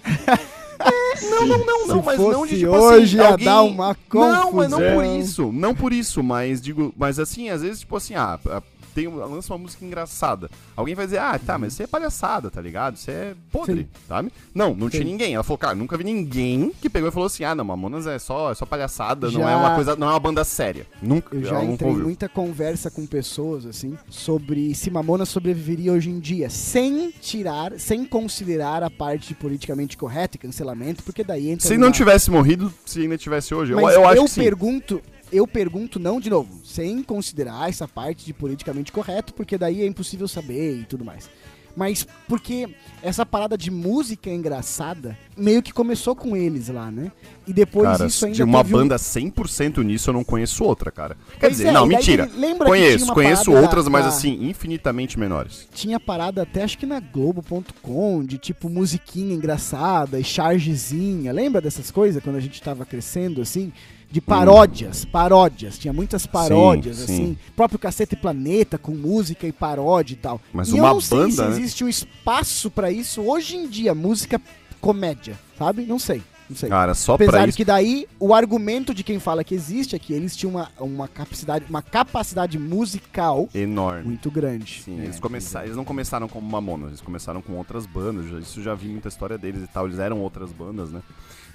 [SPEAKER 3] Não, não, não, não,
[SPEAKER 1] Se
[SPEAKER 3] mas não de
[SPEAKER 1] fosse
[SPEAKER 3] tipo
[SPEAKER 1] hoje,
[SPEAKER 3] assim,
[SPEAKER 1] ia
[SPEAKER 3] alguém...
[SPEAKER 1] dar uma
[SPEAKER 3] Não, mas não por
[SPEAKER 1] confusão.
[SPEAKER 3] isso, não por isso, mas digo, mas assim, às vezes tipo assim, ah, a- tem um- lança uma música engraçada. Alguém vai dizer: "Ah, tá, mas isso é palhaçada, tá ligado? Isso é podre", sabe? Não, não tinha
[SPEAKER 1] Sim.
[SPEAKER 3] ninguém. Ela falou: "Cara, nunca vi ninguém que pegou e falou assim: "Ah, não, Mamonas é só, é só palhaçada, não
[SPEAKER 1] Já-
[SPEAKER 3] é uma coisa, não é uma banda séria". Nunca,
[SPEAKER 1] Eu já
[SPEAKER 3] ela nunca
[SPEAKER 1] entrei em
[SPEAKER 3] ouviu.
[SPEAKER 1] muita conversa com pessoas, assim, sobre se Mamona sobreviveria hoje em dia, sem tirar, sem considerar a parte de politicamente correta e cancelamento, porque daí entra.
[SPEAKER 3] Se não
[SPEAKER 1] numa-
[SPEAKER 3] tivesse morrido, se ainda tivesse hoje, eu,
[SPEAKER 1] Mas
[SPEAKER 3] eu acho que sim.
[SPEAKER 1] pergunto, eu pergunto não de novo, sem considerar essa parte de politicamente correto, porque daí é impossível saber e tudo mais. Mas porque essa parada de música engraçada meio que começou com eles lá, né? E depois
[SPEAKER 3] Cara,
[SPEAKER 1] isso ainda
[SPEAKER 3] de uma
[SPEAKER 1] teve um-
[SPEAKER 3] banda 100% nisso, eu não conheço outra, cara. Quer
[SPEAKER 1] Pois
[SPEAKER 3] dizer,
[SPEAKER 1] é,
[SPEAKER 3] não,
[SPEAKER 1] e daí
[SPEAKER 3] mentira.
[SPEAKER 1] ele- lembra que tinha
[SPEAKER 3] Conheço,
[SPEAKER 1] uma
[SPEAKER 3] conheço
[SPEAKER 1] parada
[SPEAKER 3] outras,
[SPEAKER 1] da-
[SPEAKER 3] mas
[SPEAKER 1] da-
[SPEAKER 3] assim, infinitamente menores.
[SPEAKER 1] tinha parada até acho que na Globo.com de tipo musiquinha engraçada e chargezinha. Lembra dessas coisas quando a gente tava crescendo assim? De paródias, paródias. Tinha muitas paródias,
[SPEAKER 3] Hum. Sim,
[SPEAKER 1] assim.
[SPEAKER 3] sim.
[SPEAKER 1] Próprio Cacete Planeta com música e paródia e tal.
[SPEAKER 3] Mas
[SPEAKER 1] e
[SPEAKER 3] uma
[SPEAKER 1] eu não sei
[SPEAKER 3] banda,
[SPEAKER 1] se
[SPEAKER 3] né?
[SPEAKER 1] existe um espaço pra isso hoje em dia, música comédia, sabe? Não sei, não sei.
[SPEAKER 3] Cara, Ah, só pra
[SPEAKER 1] Apesar
[SPEAKER 3] isso.
[SPEAKER 1] que daí o argumento de quem fala que existe é que eles tinham uma, uma capacidade, uma capacidade musical
[SPEAKER 3] Enorme.
[SPEAKER 1] muito grande.
[SPEAKER 3] Sim,
[SPEAKER 1] É,
[SPEAKER 3] eles, começaram, eles não começaram como Mamonas, eles começaram com outras bandas, já- isso já vi muita história deles e tal, eles eram outras bandas, né?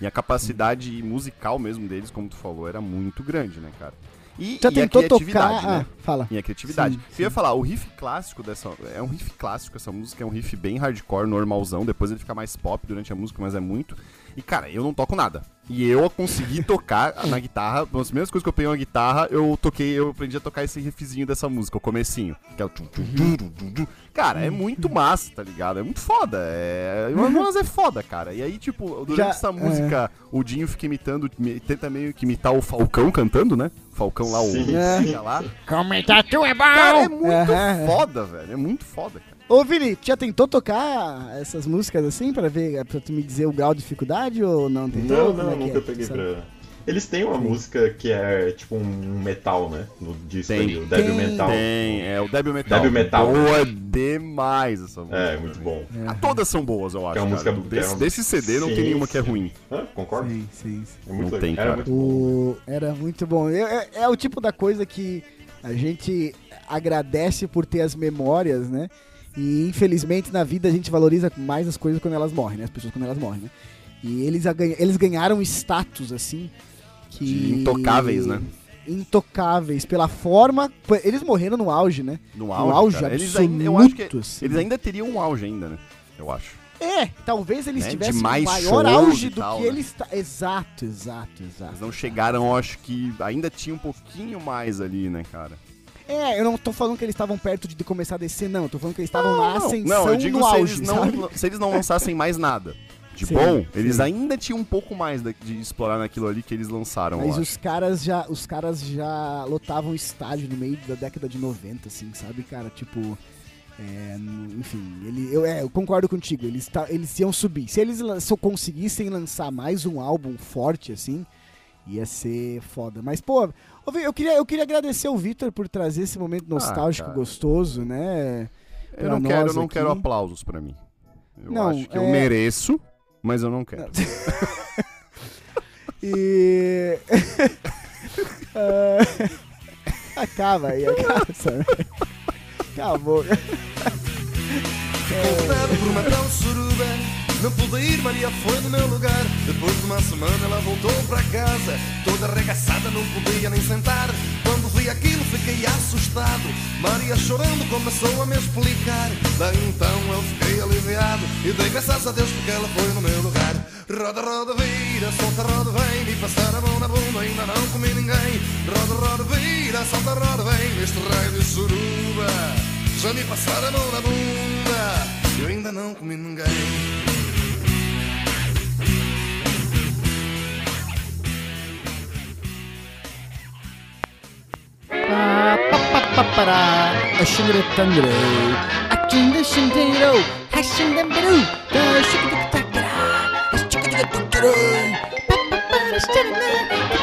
[SPEAKER 3] E a capacidade musical mesmo deles, como tu falou, era muito grande, né, cara? E,
[SPEAKER 1] Já
[SPEAKER 3] e a
[SPEAKER 1] tentou
[SPEAKER 3] criatividade,
[SPEAKER 1] tocar.
[SPEAKER 3] né?
[SPEAKER 1] Ah, fala.
[SPEAKER 3] E a criatividade.
[SPEAKER 1] Sim,
[SPEAKER 3] Eu ia falar, o riff clássico dessa. É um riff clássico, essa música é um riff bem hardcore, normalzão. Depois ele fica mais pop durante a música, mas é muito. E cara, eu não toco nada. E eu consegui tocar na guitarra. As primeiras coisas que eu peguei uma guitarra, eu toquei, eu aprendi a tocar esse riffzinho dessa música, o comecinho. Que é o. tum, tum,
[SPEAKER 1] Uhum.
[SPEAKER 3] tum, tum, tum, tum. Cara, é muito massa, tá ligado? É muito foda. É... Mas é foda, cara. E aí, tipo, durante
[SPEAKER 1] Já- é.
[SPEAKER 3] essa música, o Dinho fica imitando, me- tenta meio que imitar o Falcão cantando, né? O Falcão lá,
[SPEAKER 2] Sim,
[SPEAKER 3] o.
[SPEAKER 1] É.
[SPEAKER 2] sim.
[SPEAKER 3] fica lá.
[SPEAKER 1] Comentar tu é bom!
[SPEAKER 3] Cara, é muito
[SPEAKER 1] Aham.
[SPEAKER 3] foda, velho. É muito foda, cara.
[SPEAKER 1] Ô, Vini, tu já tentou tocar essas músicas assim pra ver, pra tu me dizer o grau de dificuldade ou não
[SPEAKER 2] Não,
[SPEAKER 1] tentou? Como
[SPEAKER 2] não,
[SPEAKER 1] é que
[SPEAKER 2] nunca
[SPEAKER 1] é?
[SPEAKER 2] peguei
[SPEAKER 1] Sabe?
[SPEAKER 2] pra. Eles têm uma música que é tipo um metal, né? No disco
[SPEAKER 3] Tem.
[SPEAKER 2] ali, o Devil
[SPEAKER 1] Tem.
[SPEAKER 2] Metal.
[SPEAKER 3] Tem, é o Debil Metal.
[SPEAKER 2] Debil Metal.
[SPEAKER 3] Boa demais essa música.
[SPEAKER 2] É, muito bom.
[SPEAKER 3] Ah, Todas são boas, eu acho.
[SPEAKER 2] uma
[SPEAKER 3] cara.
[SPEAKER 2] música-
[SPEAKER 3] desse,
[SPEAKER 2] é uma-
[SPEAKER 3] desse CD não
[SPEAKER 2] Sim,
[SPEAKER 3] tem nenhuma que é
[SPEAKER 2] sim.
[SPEAKER 3] ruim.
[SPEAKER 2] Hã? Concorda?
[SPEAKER 1] Sim, sim, sim.
[SPEAKER 2] É muito
[SPEAKER 3] Não
[SPEAKER 2] legal.
[SPEAKER 3] tem,
[SPEAKER 2] Era
[SPEAKER 3] cara.
[SPEAKER 2] muito bom.
[SPEAKER 1] O... Era muito bom. Eu- É, é o tipo da coisa que a gente agradece por ter as memórias, né? E infelizmente na vida a gente valoriza mais as coisas quando elas morrem, né? As pessoas quando elas morrem, né? E eles, a ganha- eles ganharam status, assim. Que...
[SPEAKER 3] De intocáveis, né?
[SPEAKER 1] Intocáveis. Pela forma. p- Eles morreram no auge, né?
[SPEAKER 3] No
[SPEAKER 1] No
[SPEAKER 3] auge,
[SPEAKER 1] auge
[SPEAKER 3] cara. Eles
[SPEAKER 1] absoluto.
[SPEAKER 3] ainda, eu acho que
[SPEAKER 1] assim.
[SPEAKER 3] eles ainda teriam um auge ainda, né? Eu acho.
[SPEAKER 1] É, talvez eles
[SPEAKER 3] Né?
[SPEAKER 1] tivessem um
[SPEAKER 3] Demais
[SPEAKER 1] maior
[SPEAKER 3] shows
[SPEAKER 1] auge
[SPEAKER 3] e
[SPEAKER 1] do
[SPEAKER 3] tal,
[SPEAKER 1] que
[SPEAKER 3] né?
[SPEAKER 1] eles. ta- Exato, exato, exato.
[SPEAKER 3] Eles não chegaram, eu acho que ainda tinha um pouquinho mais ali, né, cara?
[SPEAKER 1] É, eu não tô falando que eles estavam perto de começar a descer, não. Eu tô falando que eles estavam na ascensão
[SPEAKER 3] não, eu digo
[SPEAKER 1] no
[SPEAKER 3] se,
[SPEAKER 1] auge,
[SPEAKER 3] eles
[SPEAKER 1] sabe?
[SPEAKER 3] não, se eles não lançassem mais nada. De
[SPEAKER 1] Sim,
[SPEAKER 3] bom,
[SPEAKER 1] sim.
[SPEAKER 3] eles ainda tinham um pouco mais da- de explorar naquilo ali que eles lançaram.
[SPEAKER 1] Mas
[SPEAKER 3] eu
[SPEAKER 1] os caras, já, os caras já lotavam estádio no meio da década de 90, assim, sabe, cara? Tipo, é, n- enfim, ele, eu, é, eu concordo contigo, eles, ta- eles iam subir. Se eles lan- se eu conseguissem lançar mais um álbum forte, assim, ia ser foda. Mas, pô, ô, Vi, eu queria, eu queria agradecer o Victor por trazer esse momento nostálgico
[SPEAKER 3] Ah, cara.
[SPEAKER 1] gostoso, né?
[SPEAKER 3] Eu não
[SPEAKER 1] pra
[SPEAKER 3] quero,
[SPEAKER 1] nós
[SPEAKER 3] eu não
[SPEAKER 1] aqui.
[SPEAKER 3] quero aplausos pra mim. Eu
[SPEAKER 1] Não,
[SPEAKER 3] acho que eu
[SPEAKER 1] é-
[SPEAKER 3] mereço, mas eu não quero.
[SPEAKER 1] E. Ah, acaba aí, acaba. essa merda. Acabou.
[SPEAKER 6] Convidada por uma tal suruba Não pude ir, Maria foi no meu lugar Depois de uma semana ela voltou para casa Toda arregaçada, não podia nem sentar Quando vi aquilo fiquei assustado Maria chorando começou a me explicar Daí então eu fiquei aliviado E dei graças a Deus porque ela foi no meu lugar Roda, roda, vira, solta, roda, vem Me passar a mão na bunda, ainda não comi ninguém Roda, roda, vira, solta, roda, vem Este raio de suruba já me passaram a mão na bunda Eu ainda não comi ninguém
[SPEAKER 7] Thank